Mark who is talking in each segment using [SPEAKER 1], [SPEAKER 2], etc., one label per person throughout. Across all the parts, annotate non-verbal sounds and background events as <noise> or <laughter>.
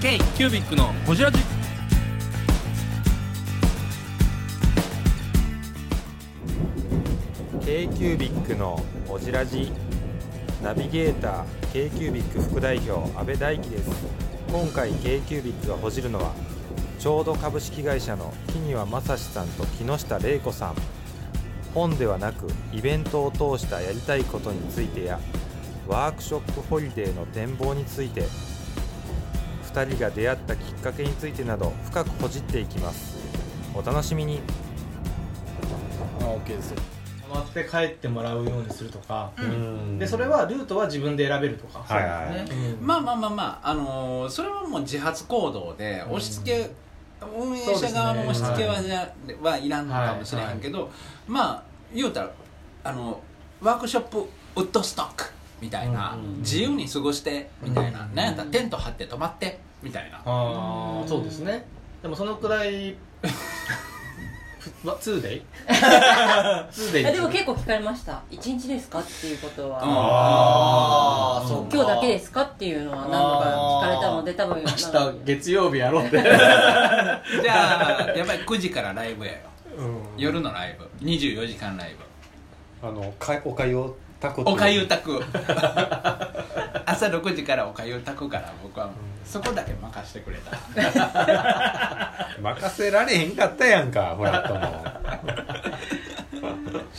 [SPEAKER 1] K キュービックのホジラジ
[SPEAKER 2] ー k q b i c のおじらじナビゲーター k q b i c 副代表阿部大樹です今回 k q b i c がほじるのはちょうど株式会社の木庭正史さんと木下玲子さん本ではなくイベントを通したやりたいことについてやワークショップホリデーの展望について2人が出会ったきっかけについてなど深くほじっていきますお楽しみに
[SPEAKER 3] あ OK です
[SPEAKER 4] 泊まって帰ってもらうようにするとか、
[SPEAKER 2] うん
[SPEAKER 4] でそれはルートは自分で選べるとか、
[SPEAKER 2] はいはい
[SPEAKER 3] ね
[SPEAKER 4] うん
[SPEAKER 3] まあまあまあまあ、あのーそれはもう自発行動で押し付け、運営者側の押し付けは,、
[SPEAKER 4] そう
[SPEAKER 3] ねは、いらんのかもしれへんけど、まあ言うたらあのワークショップウッドストックみたいな、
[SPEAKER 4] うんうんうん
[SPEAKER 3] 自由に過ごしてみたい
[SPEAKER 4] う
[SPEAKER 3] な、
[SPEAKER 4] んうんうん
[SPEAKER 3] なんやったらテント張って泊まってみたいな、
[SPEAKER 4] ああそうですねでもそのくらいふわツーデ
[SPEAKER 5] <laughs>
[SPEAKER 4] イツーデイ
[SPEAKER 5] えでも結構聞かれました1日ですかっていうことは、
[SPEAKER 4] あーそうか
[SPEAKER 5] 今日だけですかっていうのは何度か聞かれたので多分
[SPEAKER 4] 明日月曜日やろうって
[SPEAKER 3] <laughs> じゃあやっぱり9時からライブやよ
[SPEAKER 4] うん
[SPEAKER 3] 夜のライブ24時間ライブ
[SPEAKER 6] あのかおかゆをタコ
[SPEAKER 3] おかゆ炊く <laughs> 朝6時からおかゆ炊くから僕はそこだけ任してくれた
[SPEAKER 6] 任せられへんかったやんかほらとも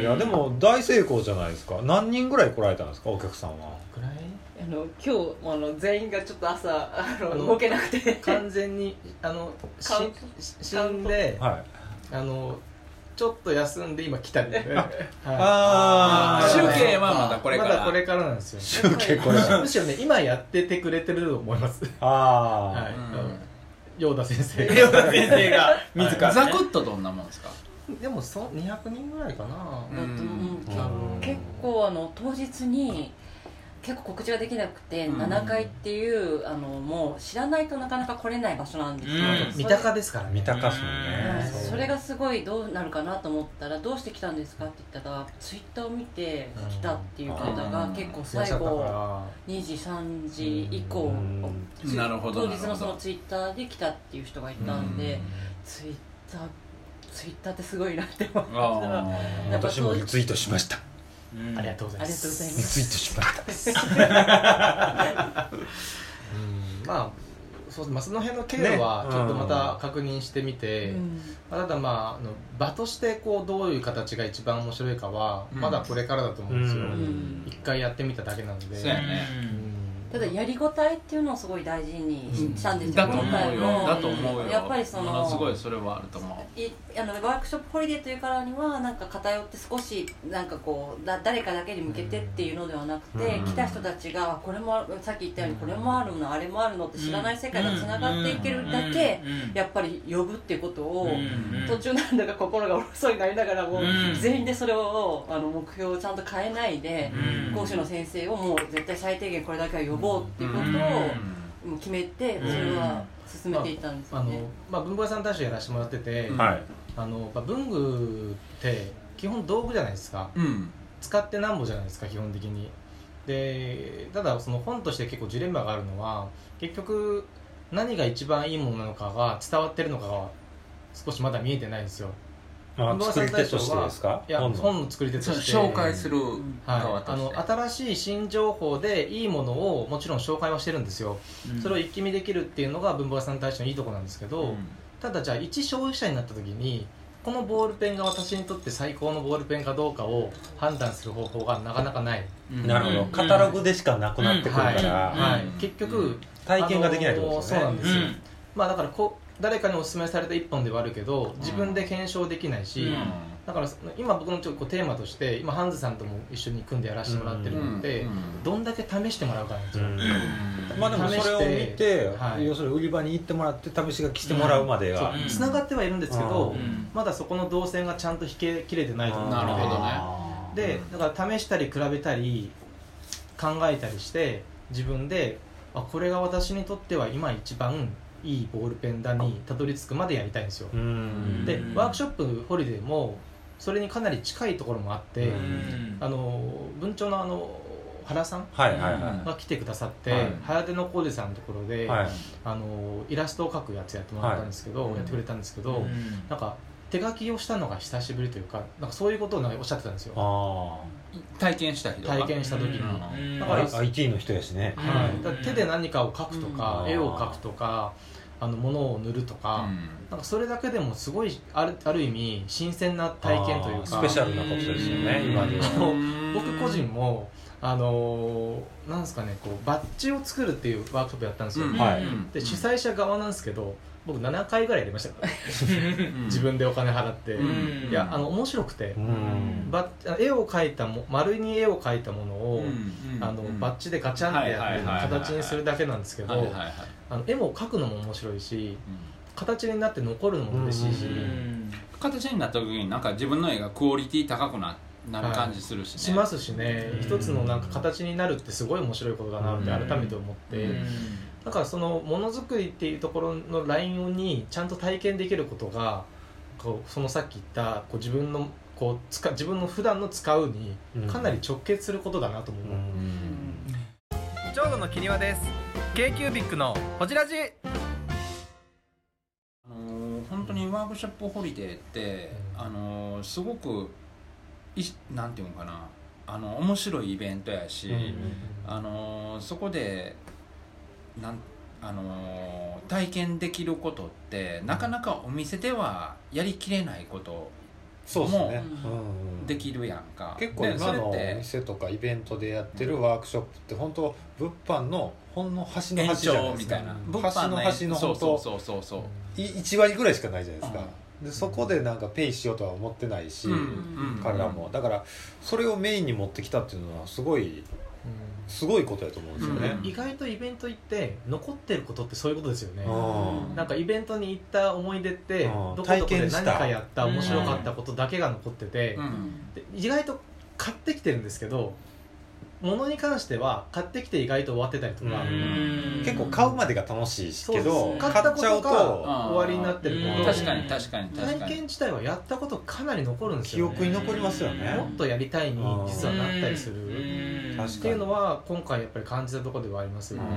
[SPEAKER 6] いやでも大成功じゃないですか何人ぐらい来られたんですかお客さんは
[SPEAKER 4] くらい
[SPEAKER 5] あの今日あの全員がちょっと朝あの
[SPEAKER 4] あの
[SPEAKER 5] 動けなく
[SPEAKER 4] <laughs>
[SPEAKER 5] て
[SPEAKER 4] 完全にあのし
[SPEAKER 5] カウント
[SPEAKER 4] し死んで
[SPEAKER 6] はい
[SPEAKER 4] あのちょっと休んで今来たんで、
[SPEAKER 3] <laughs>
[SPEAKER 4] は
[SPEAKER 6] あ
[SPEAKER 3] 集
[SPEAKER 6] ー
[SPEAKER 3] 計はまだこ
[SPEAKER 4] い、
[SPEAKER 3] れか
[SPEAKER 4] ま
[SPEAKER 3] ら
[SPEAKER 4] だこれからなんですよね
[SPEAKER 6] 集計これ
[SPEAKER 4] むしろね今やっててくれてると思いますは
[SPEAKER 6] あ
[SPEAKER 4] い、
[SPEAKER 3] う
[SPEAKER 4] うんん、ヨーダ先生ヨーダ先生が自ら、
[SPEAKER 3] ざくっとどんなもんですか
[SPEAKER 4] でもそ200人ぐらいかな、
[SPEAKER 3] うん
[SPEAKER 5] うん
[SPEAKER 6] あうん
[SPEAKER 5] 結構あの当日に結構告知ができなくて、
[SPEAKER 3] うん
[SPEAKER 5] 7階っていうあのもう知らないとなかなか来れない場所なんですよ、
[SPEAKER 3] うん
[SPEAKER 5] そ
[SPEAKER 4] 三
[SPEAKER 5] れ
[SPEAKER 4] 鷹ですから
[SPEAKER 6] 三
[SPEAKER 4] ね
[SPEAKER 6] 鷹っすもん
[SPEAKER 5] はい
[SPEAKER 6] ね
[SPEAKER 5] それがすごいどうなるかなと思ったらどうして来たんですかって言ったらツイッターを見て来たっていう方
[SPEAKER 3] う
[SPEAKER 5] が
[SPEAKER 3] ん
[SPEAKER 5] 結構
[SPEAKER 4] いらっ
[SPEAKER 5] 最
[SPEAKER 4] しゃった
[SPEAKER 5] 後
[SPEAKER 4] か
[SPEAKER 5] 2時3時以降
[SPEAKER 6] うん
[SPEAKER 5] つい
[SPEAKER 3] なるほど
[SPEAKER 5] 当日
[SPEAKER 3] なるほ
[SPEAKER 5] の
[SPEAKER 3] ど
[SPEAKER 5] そのツイッターで来たっていう人がいたんでツイッターツイッターってすごいなって思いましたあ
[SPEAKER 3] あ
[SPEAKER 5] やっぱ
[SPEAKER 6] 私もリツイートしました
[SPEAKER 4] らありがとうござい
[SPEAKER 5] りがとうご
[SPEAKER 4] ま
[SPEAKER 5] ざ
[SPEAKER 4] す
[SPEAKER 5] いま
[SPEAKER 6] リツイート
[SPEAKER 5] す
[SPEAKER 6] しました
[SPEAKER 4] うんまあそうまあ、その辺の経路は
[SPEAKER 6] ね
[SPEAKER 4] ちょっとまた確認してみて、
[SPEAKER 5] うん
[SPEAKER 4] まあただまああの場としてこうどういう形が一番面白いかは
[SPEAKER 3] うん
[SPEAKER 4] まだこれからだと思うんですよ、
[SPEAKER 6] う
[SPEAKER 5] うん
[SPEAKER 4] 一回やってみただけなので
[SPEAKER 3] そうやね
[SPEAKER 4] うん
[SPEAKER 5] ただやりごたえっていうのをすごい大事にしたんですよ、
[SPEAKER 3] だと思うよ
[SPEAKER 5] 今回も
[SPEAKER 3] だと思うよ
[SPEAKER 5] やっぱりその
[SPEAKER 3] ものすごいそれはあると思
[SPEAKER 5] いあのワークショップホリデーというからにはなんか偏って少しなんかこうだ誰かだけに向けてっていうのではなくて、
[SPEAKER 6] うん
[SPEAKER 5] 来た人たちがこれもあさっき言ったようにこれもあるのあれもあるのって
[SPEAKER 3] う
[SPEAKER 5] 知らない世界がつながっていけるだけやっぱり呼ぶっていうことを
[SPEAKER 3] うん
[SPEAKER 5] 途中なんだか心がおろそになりながらも
[SPEAKER 3] うん
[SPEAKER 5] 全員でそれをあの目標をちゃんと変えないで
[SPEAKER 3] うん
[SPEAKER 5] 講師の先生をもう絶対最低限これだけは呼ぼうっていうことをもう決めてそれは進めていったんです
[SPEAKER 4] あ
[SPEAKER 5] よ
[SPEAKER 4] の
[SPEAKER 5] ね。
[SPEAKER 4] まあ、文具屋さん大使やらせてもらってて、
[SPEAKER 3] うん
[SPEAKER 6] はい
[SPEAKER 4] あのまあ文具って基本道具じゃないですか
[SPEAKER 3] うん
[SPEAKER 4] 使ってなんぼじゃないですか基本的にでただその本として結構ジレンマがあるのは結局何が一番いいものなのかが伝わってるのかが少しまだ見えてないんですよ
[SPEAKER 6] まあ作り手としてですか
[SPEAKER 4] いや本
[SPEAKER 6] 本
[SPEAKER 4] の
[SPEAKER 6] の
[SPEAKER 4] 作り手と
[SPEAKER 3] そう
[SPEAKER 4] して
[SPEAKER 3] 紹介する
[SPEAKER 4] はい、あ
[SPEAKER 3] 側とし
[SPEAKER 4] の
[SPEAKER 3] て
[SPEAKER 4] 新しい新情報でいいものをもちろん紹介はしてるんですよ、
[SPEAKER 3] うん
[SPEAKER 4] それを一気見できるっていうのが文房具屋さんに対してのいいとこなんですけど、
[SPEAKER 3] うん
[SPEAKER 4] ただじゃあ一消費者になった時にこのボールペンが私にとって最高のボールペンかどうかを判断する方法がなかなかない、
[SPEAKER 3] うん
[SPEAKER 6] なるほど
[SPEAKER 3] うん
[SPEAKER 6] カタログでしかなくなってくるか
[SPEAKER 4] うん
[SPEAKER 6] ら
[SPEAKER 4] はい
[SPEAKER 3] うん
[SPEAKER 4] 結局、
[SPEAKER 3] うん
[SPEAKER 6] 体験ができないってことですよね
[SPEAKER 4] あのーそうなんですよ、
[SPEAKER 3] うん
[SPEAKER 4] まあだからこう誰かにお勧めされた一本ではあるけど自分で検証できないし、だからその今僕のちょっとこうテーマとして今ハンズさんとも一緒に組んでやらせてもらってるので、
[SPEAKER 3] うん
[SPEAKER 4] どんだけ試してもらうかなんですよ、
[SPEAKER 3] うん
[SPEAKER 6] まあでもそれを見、
[SPEAKER 4] 試してはい
[SPEAKER 6] 要するに売り場に行ってもらって試しが来てもらうまでは、
[SPEAKER 3] うん
[SPEAKER 4] つながってはいるんですけど、
[SPEAKER 6] うん
[SPEAKER 4] まだそこの動線がちゃんと引けきれてないと思うので
[SPEAKER 3] なるほどね
[SPEAKER 4] でだから試したり比べたり考えたりして自分であこれが私にとっては今一番いいボールペンだにたどり着くまでやりたいんですよ
[SPEAKER 6] う、ん
[SPEAKER 4] で
[SPEAKER 3] うん
[SPEAKER 4] ワークショップホリデーもそれにかなり近いところもあって、
[SPEAKER 6] うん
[SPEAKER 4] あの文鳥のあの原さん
[SPEAKER 2] はいはいは
[SPEAKER 4] が来てくださって、
[SPEAKER 2] はい
[SPEAKER 4] 早手の浩二さんのところ
[SPEAKER 2] い
[SPEAKER 4] で、
[SPEAKER 2] はい
[SPEAKER 4] あのイラストを描くやつやってもらったんですけど、
[SPEAKER 2] はい
[SPEAKER 4] やってくれたんですけど、
[SPEAKER 6] うん
[SPEAKER 4] なんか手書きをしたのが久しぶりというかなんかそういうことをなんかおっしゃってたんですよ
[SPEAKER 2] あ
[SPEAKER 7] 体験した人が
[SPEAKER 4] 体験した時に、
[SPEAKER 7] うん
[SPEAKER 6] うん
[SPEAKER 4] だ
[SPEAKER 2] あ
[SPEAKER 4] から
[SPEAKER 2] I- IT の人やしね
[SPEAKER 4] は
[SPEAKER 6] うん
[SPEAKER 4] い、だから手で何かを描くとか、
[SPEAKER 2] うん
[SPEAKER 4] 絵を描くとかあの物を塗るとか、
[SPEAKER 7] うん
[SPEAKER 4] なんかそれだけでもすごいあるある意味新鮮な体験というか
[SPEAKER 2] あースペシャルなことですよね今では
[SPEAKER 4] あの僕個人もあのーなんですかねこうバッジを作るっていうワークショップやったんですよ、
[SPEAKER 7] うん
[SPEAKER 2] はい
[SPEAKER 7] うん
[SPEAKER 4] で主催者側なんですけど僕7回ぐらいやりましたから、
[SPEAKER 7] うん
[SPEAKER 4] 自分でお金払って、
[SPEAKER 7] うん
[SPEAKER 4] いやあの面白くて、
[SPEAKER 2] うん
[SPEAKER 4] バッ絵を描いたも丸に絵を描いたものを、
[SPEAKER 7] うん
[SPEAKER 4] あの
[SPEAKER 7] うん
[SPEAKER 4] バッジでガチャンって
[SPEAKER 6] はい
[SPEAKER 4] やっ
[SPEAKER 6] は
[SPEAKER 4] て
[SPEAKER 6] いはいはい
[SPEAKER 4] 形にするだけなんですけ
[SPEAKER 7] はいはい
[SPEAKER 4] ど
[SPEAKER 7] はい
[SPEAKER 4] あの絵も描くのも面白いし
[SPEAKER 7] うん
[SPEAKER 4] 形になって残るのも嬉しいし、
[SPEAKER 6] うん
[SPEAKER 7] 形になった時になんか自分の絵がクオリティ高くななる感じするしね
[SPEAKER 4] しますしね、
[SPEAKER 2] うん
[SPEAKER 4] 一つのなんか形になるってすごい面白いことだなって
[SPEAKER 2] うん
[SPEAKER 4] 改めて思って、
[SPEAKER 6] うん
[SPEAKER 4] だからそのものづくりっていうところのラインにちゃんと体験できることがこうそのさっき言ったこう自分のこう使自分の普段の使うに
[SPEAKER 2] うん
[SPEAKER 4] かなり直結することだなと思う、
[SPEAKER 2] うん
[SPEAKER 4] 長野のきりわです k q b i c のこちらじ
[SPEAKER 7] あのー本当にワークショップホリデーって、
[SPEAKER 4] うん
[SPEAKER 7] あのーすごくいなんていうのかなあの面白いイベントやし、あのーそこでなん、あのー体験できることってなかなかお店ではやりきれないこと
[SPEAKER 2] そうですね
[SPEAKER 5] もう
[SPEAKER 2] うん
[SPEAKER 7] できるやんか
[SPEAKER 2] 結構
[SPEAKER 7] で
[SPEAKER 2] 今の
[SPEAKER 7] そ
[SPEAKER 2] お
[SPEAKER 7] れって
[SPEAKER 2] 店とかイベントでやってるワークショップって本当物販のほんの端の
[SPEAKER 7] 延
[SPEAKER 2] 端じゃない
[SPEAKER 7] 長
[SPEAKER 2] で
[SPEAKER 7] み
[SPEAKER 2] すか
[SPEAKER 7] たいな
[SPEAKER 2] 物販の端の
[SPEAKER 7] そ
[SPEAKER 2] 本
[SPEAKER 7] うそう
[SPEAKER 2] 当
[SPEAKER 7] そうそうそう
[SPEAKER 2] い1割ぐらいしかないじゃないですかでそこでなんかペイしようとは思ってないし
[SPEAKER 5] うん
[SPEAKER 2] 彼らもだからそれをメインに持ってきたっていうのはすごいすごいことやと思うんですよね
[SPEAKER 4] 意外とイベント行って残ってることってそういうことですよね、
[SPEAKER 2] うん
[SPEAKER 4] なんかイベントに行った思い出って
[SPEAKER 2] う
[SPEAKER 4] ど
[SPEAKER 2] ん
[SPEAKER 4] こどこ
[SPEAKER 2] 体験
[SPEAKER 4] で
[SPEAKER 2] した
[SPEAKER 4] 何かやった面白かったことだけが残ってて、
[SPEAKER 7] うん
[SPEAKER 4] で意外と買ってきてるんですけど物に関しては買ってきて意外と終わってたりとか、
[SPEAKER 2] うん結構
[SPEAKER 4] ん
[SPEAKER 2] 買うまでが楽しいしけ
[SPEAKER 4] そう
[SPEAKER 2] ど
[SPEAKER 4] です
[SPEAKER 2] 買
[SPEAKER 4] 買
[SPEAKER 2] っ
[SPEAKER 4] っ
[SPEAKER 2] ち
[SPEAKER 4] た
[SPEAKER 2] ゃ
[SPEAKER 4] ことが
[SPEAKER 2] うと
[SPEAKER 7] あー
[SPEAKER 4] 終わりになってるけ
[SPEAKER 6] う
[SPEAKER 4] ど
[SPEAKER 6] ん
[SPEAKER 7] 確かに確かに確か
[SPEAKER 4] 体
[SPEAKER 7] に
[SPEAKER 4] 験自体はやったことかなり残るんです
[SPEAKER 2] 記
[SPEAKER 4] よ、ね、
[SPEAKER 2] 憶に残りますよ
[SPEAKER 4] も
[SPEAKER 2] ね
[SPEAKER 4] っとやりたいに実はなったりする、っ
[SPEAKER 6] うん
[SPEAKER 2] 確
[SPEAKER 4] て
[SPEAKER 2] か
[SPEAKER 4] い
[SPEAKER 2] に
[SPEAKER 4] うのは今回やっぱり感じたところではありますよね、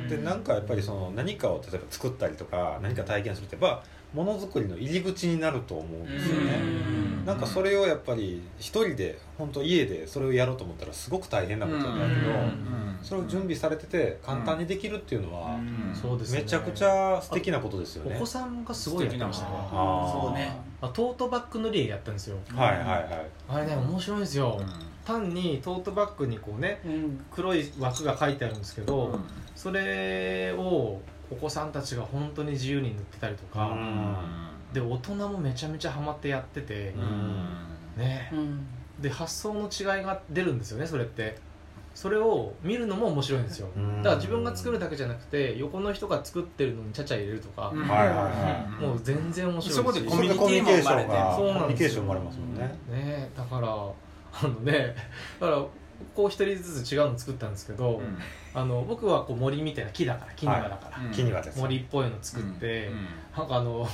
[SPEAKER 6] うん
[SPEAKER 2] でなんかやっぱりその何かを例えば作ったりとか何か体験するってやっぱものづくりの入り口になると思うんですよね
[SPEAKER 7] うん
[SPEAKER 2] なんかそれをやっぱり一人で本当家でそれをやろうと思ったらすごく大変なことになるけど、
[SPEAKER 6] うん
[SPEAKER 7] うん
[SPEAKER 2] それを準備されてて簡単にできるっていうのは
[SPEAKER 7] うん
[SPEAKER 4] そうですね
[SPEAKER 2] めちゃくちゃ素敵なことですよ
[SPEAKER 4] お
[SPEAKER 2] ね、
[SPEAKER 4] 子さんがすごいやってましたね
[SPEAKER 7] 素敵な
[SPEAKER 2] あー
[SPEAKER 6] そうね
[SPEAKER 4] あトートバッグ塗り絵やったんですよ
[SPEAKER 2] はいはいはい
[SPEAKER 4] あれね面白いんですよ、
[SPEAKER 7] う
[SPEAKER 4] 単にトートバッグにこうね
[SPEAKER 5] うん
[SPEAKER 4] 黒い枠が書いてあるんですけど、
[SPEAKER 7] んうん
[SPEAKER 4] それをお子さんたちが本当に自由に塗ってたりとか、で大人もめちゃめちゃハマってやってて、
[SPEAKER 2] うん
[SPEAKER 4] ね
[SPEAKER 5] うん
[SPEAKER 4] で発想の違いが出るんですよねそれってそれを見るのも面白いんですよ、
[SPEAKER 2] うん
[SPEAKER 4] だから自分が作るだけじゃなくて横の人が作ってるのにちゃちゃ入れるとか、
[SPEAKER 7] うん
[SPEAKER 2] はいはいは
[SPEAKER 4] もう全然面白いし
[SPEAKER 7] そこでコ
[SPEAKER 2] そ
[SPEAKER 7] ミュ
[SPEAKER 2] れで
[SPEAKER 7] ニ
[SPEAKER 2] コミュニ
[SPEAKER 7] テ
[SPEAKER 2] ケー
[SPEAKER 7] ィ
[SPEAKER 2] シ
[SPEAKER 7] も生ま
[SPEAKER 2] ョ
[SPEAKER 7] れ
[SPEAKER 2] ン
[SPEAKER 7] て
[SPEAKER 2] が
[SPEAKER 4] そ
[SPEAKER 2] コ
[SPEAKER 4] うな
[SPEAKER 2] ミュ
[SPEAKER 4] ん
[SPEAKER 2] ニ
[SPEAKER 4] ですよ
[SPEAKER 2] ケーション生まれますもんね
[SPEAKER 4] ねだからあのねだからこう一人ずつ違うの作ったんですけど、あの僕はこう森みたいな木だから木庭だから、
[SPEAKER 7] うん
[SPEAKER 2] 木にはです
[SPEAKER 4] 森っぽいの作って、なんかあの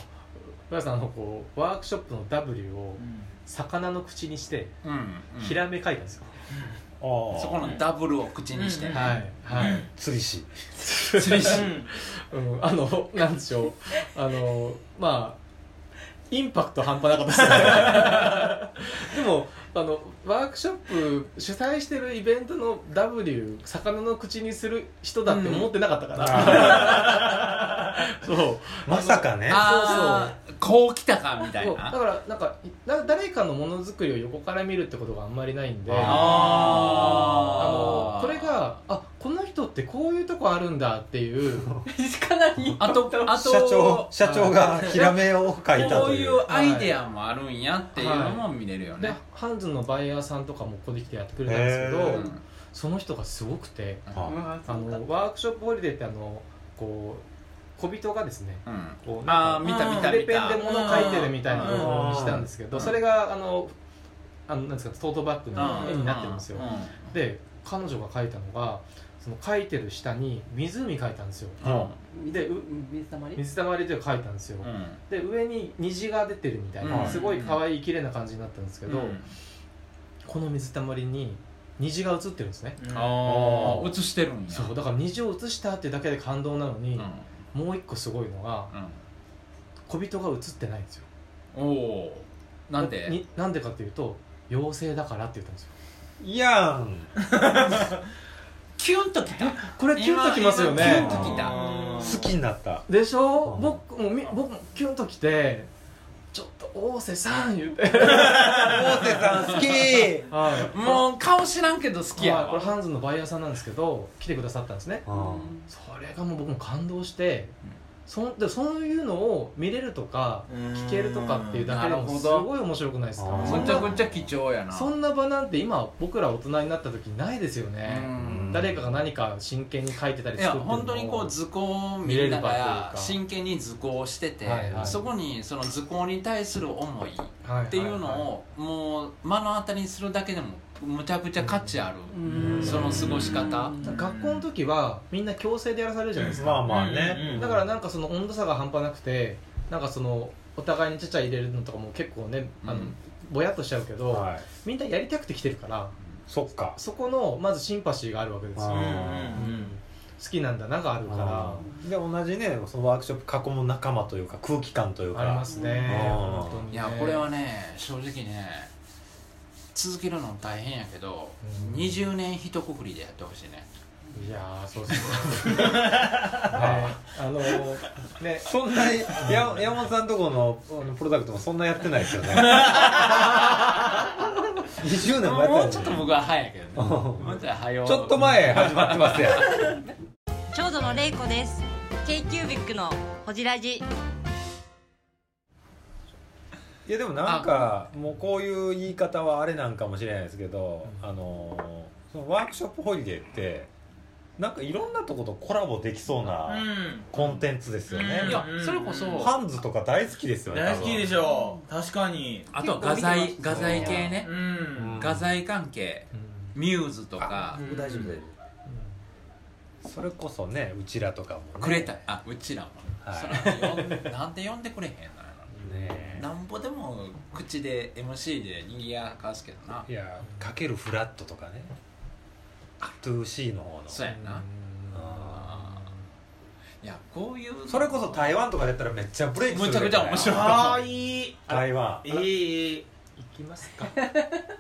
[SPEAKER 4] 浦さんのこうワークショップの W を魚の口にして
[SPEAKER 7] うんうん
[SPEAKER 4] ヒラメ描いたんですよ、
[SPEAKER 2] あー
[SPEAKER 7] そこのダブルを口にして
[SPEAKER 6] うん
[SPEAKER 4] はいはい、
[SPEAKER 2] 釣り師
[SPEAKER 7] 釣りし
[SPEAKER 4] うん、あのなんでしょうあのまあインパクト半端なかったですね <laughs> でもあのワークショップ主催してるイベントの W 魚の口にする人だって思ってなかったから、そう
[SPEAKER 2] <laughs> まさかね
[SPEAKER 7] ああこう来たかみたい
[SPEAKER 4] そうだ
[SPEAKER 7] な
[SPEAKER 4] からなんかだ誰かのものづくりを横から見るってことがあんまりないんで
[SPEAKER 2] あ
[SPEAKER 4] あ
[SPEAKER 7] あ
[SPEAKER 4] のこれがあこの人ってこういうとこあるんだっ
[SPEAKER 7] <laughs>
[SPEAKER 4] ていう
[SPEAKER 5] かなり
[SPEAKER 7] あとあと
[SPEAKER 2] 社長社長がヒラメを描いた
[SPEAKER 7] ことう
[SPEAKER 2] い
[SPEAKER 7] いううアイデアもあるんやっていうのも見れるよ
[SPEAKER 4] で
[SPEAKER 7] ね
[SPEAKER 4] ハンズのバイヤーさんとかもここで来てやってくれたんですけど、
[SPEAKER 2] へー
[SPEAKER 7] うん
[SPEAKER 4] その人がすごくて
[SPEAKER 2] あ
[SPEAKER 4] あのワークショップホリデーってあのこう小人がですね
[SPEAKER 7] うん
[SPEAKER 4] こう
[SPEAKER 7] ああ
[SPEAKER 4] なんか
[SPEAKER 7] 見た見た
[SPEAKER 4] 筆
[SPEAKER 7] 見
[SPEAKER 4] ペン
[SPEAKER 7] た
[SPEAKER 4] で物書いてるみたいな
[SPEAKER 7] うん
[SPEAKER 4] のにしたんですけ
[SPEAKER 7] う
[SPEAKER 4] ど
[SPEAKER 7] ん
[SPEAKER 4] それがあのあのなんですかトートバッグの絵になってるんですよ
[SPEAKER 7] う
[SPEAKER 4] で彼女が描いたのがその描いてる下に湖描いたんですよ
[SPEAKER 7] うん
[SPEAKER 4] でう
[SPEAKER 5] 水たまり
[SPEAKER 4] 水たまりという描いたんですよ、
[SPEAKER 7] うん
[SPEAKER 4] で上に虹が出てるみたいな、
[SPEAKER 2] うん
[SPEAKER 4] すごい可愛い綺麗な感じになったんですけど、
[SPEAKER 7] うん
[SPEAKER 4] この水たまりに虹が映ってるんですね
[SPEAKER 3] ああ映してるんや
[SPEAKER 4] そうだから虹を映したってだけで感動なのに
[SPEAKER 3] うん、
[SPEAKER 4] もう一個すごいのが小人が映ってないんですよ
[SPEAKER 3] うん、おおーなんで
[SPEAKER 4] になんでかっていうと妖精だからって言ったんですよ
[SPEAKER 2] いやん
[SPEAKER 3] キュンときた
[SPEAKER 4] これキュンときますよ
[SPEAKER 3] キュ
[SPEAKER 4] ね
[SPEAKER 3] ンときた
[SPEAKER 2] 好きになった
[SPEAKER 4] でしょ
[SPEAKER 2] うん
[SPEAKER 4] 僕もみ僕もキュンときてちょっと大瀬さん言って
[SPEAKER 2] 大瀬さん好き
[SPEAKER 4] はい
[SPEAKER 3] もう顔知らんけど好きや
[SPEAKER 4] はいこれハンズのバイヤーさんなんですけど来てくださったんですねそれがもう僕も感動して、
[SPEAKER 3] うん
[SPEAKER 4] そんでそういうのを見れるとか聞けるとかっていうだけで
[SPEAKER 3] うん
[SPEAKER 4] も
[SPEAKER 3] なるほ
[SPEAKER 4] す
[SPEAKER 3] ど
[SPEAKER 4] ごい面白くないです
[SPEAKER 2] あ
[SPEAKER 4] か
[SPEAKER 2] ー
[SPEAKER 4] そ
[SPEAKER 3] む
[SPEAKER 4] ん
[SPEAKER 3] ちゃ
[SPEAKER 4] な
[SPEAKER 3] くちゃ貴重やな
[SPEAKER 4] そんな場なんて今僕ら大人になった時ないですよ
[SPEAKER 3] う
[SPEAKER 4] ね、
[SPEAKER 3] ん
[SPEAKER 4] 誰かが何か真剣に書いてたり
[SPEAKER 3] い
[SPEAKER 4] 作
[SPEAKER 3] や
[SPEAKER 4] ってるのを
[SPEAKER 3] 本当にこう図工を見なが
[SPEAKER 4] 見れる場と
[SPEAKER 3] ら
[SPEAKER 4] いうか
[SPEAKER 3] 真剣に図工をしてて、
[SPEAKER 4] はいはい
[SPEAKER 3] そこにその図工に対する思いっ
[SPEAKER 4] ははは
[SPEAKER 3] ていうのをもう目の当たりにするだけでもむちゃくちゃ価値ある、
[SPEAKER 2] ん
[SPEAKER 3] その過ごし方
[SPEAKER 4] 学校の時はみんな強制でやらされるじゃないですか、
[SPEAKER 2] まあまあね
[SPEAKER 4] だからなんかその温度差が半端なくてなんかそのお互いにちゃちゃ入れるのとかも結構ねあの、
[SPEAKER 3] うん
[SPEAKER 4] ぼやっとしちゃうけど、
[SPEAKER 2] はい
[SPEAKER 4] みんなやりたくて来てるから
[SPEAKER 2] そっか
[SPEAKER 4] そこのまずシンパシーがあるわけですよ、
[SPEAKER 2] あー
[SPEAKER 4] 好きなんだながあるから
[SPEAKER 2] あーで同じねそのワークショップ囲む仲間というか空気感というか
[SPEAKER 4] ありますね
[SPEAKER 2] うん
[SPEAKER 4] 本当にね
[SPEAKER 3] いやこれはね正直ね続けるの大変やけど、
[SPEAKER 4] うん
[SPEAKER 3] 20年一括りでやってほしいね
[SPEAKER 4] いやーそうですねねあのーね
[SPEAKER 2] そんなにや山本さんとこのあのプロダクトもそんなやってない
[SPEAKER 4] <laughs>
[SPEAKER 2] ですよね20年もやってない
[SPEAKER 3] もうちょっと僕は早いけどね
[SPEAKER 2] うん
[SPEAKER 3] もうちょい早う
[SPEAKER 2] ちょっと前始まってますやん
[SPEAKER 5] 長女のれいこです k q b i c のほじラジ
[SPEAKER 2] いやでもなんかもうこういう言い方はあれなんかもしれないですけど、あのーそのワークショップホリデーってなんかいろんなとことコラボできそうなコンテンツですよね、
[SPEAKER 3] いやそれこそ
[SPEAKER 2] ハンズとか大好きですよね
[SPEAKER 6] 大好きでし
[SPEAKER 2] ょ
[SPEAKER 6] ょ確かに
[SPEAKER 3] あとは画材画材系ね
[SPEAKER 6] う、
[SPEAKER 2] うん
[SPEAKER 6] ん
[SPEAKER 3] 画材関係ミューズとか
[SPEAKER 6] うん
[SPEAKER 8] 大丈夫大丈
[SPEAKER 2] それこそねうちらとかも、ね、
[SPEAKER 3] くれたあうちらも、
[SPEAKER 2] はい
[SPEAKER 3] それよんなんで呼んでくれへんのや
[SPEAKER 2] ね
[SPEAKER 3] ななんぼでも口で MC でにぎやかすけどない
[SPEAKER 2] やかけるフラットとかね 2C の方の
[SPEAKER 3] そうやんな、
[SPEAKER 2] あ
[SPEAKER 3] あーいやこういう
[SPEAKER 2] ーそれこそ台湾とかでやったらめっちゃブレイクす
[SPEAKER 3] む
[SPEAKER 2] る
[SPEAKER 3] ちゃくちゃ面白い
[SPEAKER 6] ああいい
[SPEAKER 2] 台湾
[SPEAKER 6] いいいい
[SPEAKER 4] 行きますか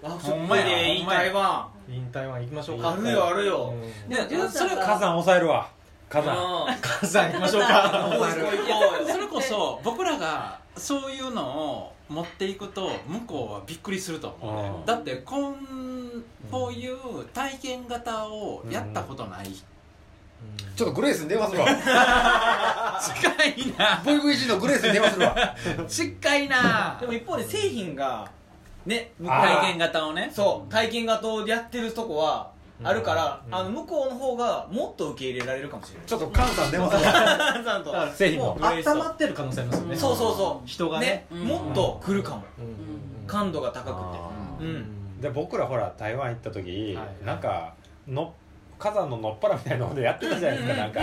[SPEAKER 6] ワークショ
[SPEAKER 3] ほ
[SPEAKER 6] ッ
[SPEAKER 3] んま
[SPEAKER 6] プ
[SPEAKER 3] や
[SPEAKER 6] でいい台湾
[SPEAKER 4] インタイワン行きましょうか
[SPEAKER 6] あるよあるよ
[SPEAKER 4] うん
[SPEAKER 3] いやそれ
[SPEAKER 2] 火山抑えるわ火山
[SPEAKER 4] 火山行きましょうか
[SPEAKER 6] 行こう行こう
[SPEAKER 3] それこそ僕らがそういうのを持っていくと向こうはびっくりすると思うね
[SPEAKER 2] うん
[SPEAKER 3] だってこんこういう体験型をやったことない、
[SPEAKER 2] ちょっとグレースに電話するわ
[SPEAKER 3] 近いな
[SPEAKER 2] VVG のグレースに電話するわ
[SPEAKER 3] 近いな
[SPEAKER 6] でも一方で製品がね向こう
[SPEAKER 2] あー
[SPEAKER 3] 体験型をね
[SPEAKER 6] そう体験型をやってるとこはあるから、あの向こうの方がもっと受け入れられるかもしれない
[SPEAKER 2] ちょっと菅さん電話するわ
[SPEAKER 6] 炭酸と
[SPEAKER 4] だから
[SPEAKER 2] 製品
[SPEAKER 4] も
[SPEAKER 2] も
[SPEAKER 4] う温まってる可能性ありますよね
[SPEAKER 6] そうそうそう
[SPEAKER 4] 人がね
[SPEAKER 3] うん
[SPEAKER 6] もっと来るかも
[SPEAKER 4] うんうんうん
[SPEAKER 6] 感度が高
[SPEAKER 2] あ
[SPEAKER 6] くてう
[SPEAKER 2] ー
[SPEAKER 6] ん
[SPEAKER 2] <laughs> で僕らほら台湾行った時、
[SPEAKER 4] はい
[SPEAKER 2] なんかの火山ののっぱらみたいなのでやってたじゃないですかなんか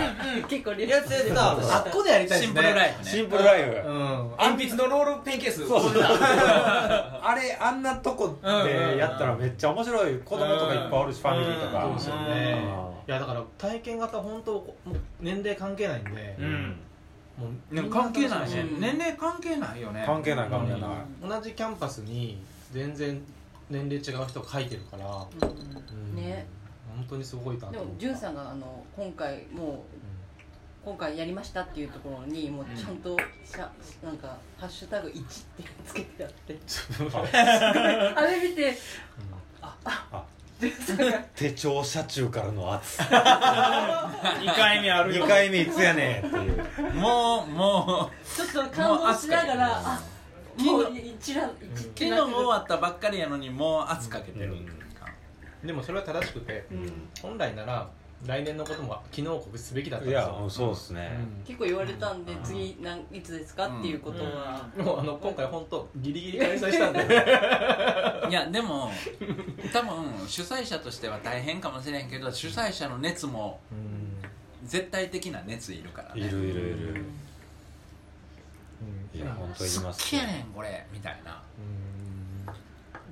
[SPEAKER 5] 結構リ
[SPEAKER 6] やつやってた
[SPEAKER 4] あっこでやりたいです
[SPEAKER 3] シン
[SPEAKER 4] ね
[SPEAKER 3] プルライフね
[SPEAKER 2] シンプルライブ、
[SPEAKER 4] うん
[SPEAKER 6] 鉛筆のロールペンケース
[SPEAKER 2] そうそうそう
[SPEAKER 6] こんな
[SPEAKER 2] あれあんなとこでやったらめっちゃ面白い子供とかいっぱいおるしファミリーと
[SPEAKER 4] そう
[SPEAKER 2] か
[SPEAKER 4] ですよねいやだから体験型本当もう年齢関係ないんで
[SPEAKER 6] う、ん
[SPEAKER 4] もうみ
[SPEAKER 3] ね
[SPEAKER 4] んな
[SPEAKER 3] 関係ないね
[SPEAKER 5] うん
[SPEAKER 3] 年齢関係ないよね
[SPEAKER 2] 関係ない関係ない
[SPEAKER 4] 同じキャンパスに全然年齢違う人が書いてるから、うん
[SPEAKER 5] ね
[SPEAKER 4] 本当にすごいなと
[SPEAKER 5] でも
[SPEAKER 4] 思う
[SPEAKER 5] じゅんさんがあの今回もう今回やりましたっていうところにもうちゃんとしゃなんかハッシュタグ1ってつけてあってあれ見てあ
[SPEAKER 2] あ
[SPEAKER 5] あじゅんさんが
[SPEAKER 2] 手帳車中からの圧
[SPEAKER 6] 2回目ある
[SPEAKER 2] 2
[SPEAKER 6] よ
[SPEAKER 2] 回目いつやねんっていう
[SPEAKER 3] もうもう
[SPEAKER 5] ちょっと感動しながらあもう一覧
[SPEAKER 3] 昨日も終わったばっかりやのにもう圧かけてる、
[SPEAKER 2] うん
[SPEAKER 4] でもそれは正しくて本来なら来年のことも昨日告知すべきだったん
[SPEAKER 2] い
[SPEAKER 4] です
[SPEAKER 2] や
[SPEAKER 4] よ、
[SPEAKER 2] そうですね、
[SPEAKER 5] 結構言われたんで次なんいつですかっていうことは
[SPEAKER 4] うんもうあの今回本当ギリギリ開催したん
[SPEAKER 2] <laughs>
[SPEAKER 4] で
[SPEAKER 3] いやでも多分主催者としては大変かもしれんけど主催者の熱も
[SPEAKER 4] うん
[SPEAKER 3] 絶対的な熱いるから
[SPEAKER 2] い
[SPEAKER 3] ね
[SPEAKER 2] るいるいる
[SPEAKER 4] うん
[SPEAKER 2] いや本当言い
[SPEAKER 3] 好
[SPEAKER 2] ます
[SPEAKER 3] きやねんこれみたいな
[SPEAKER 4] うん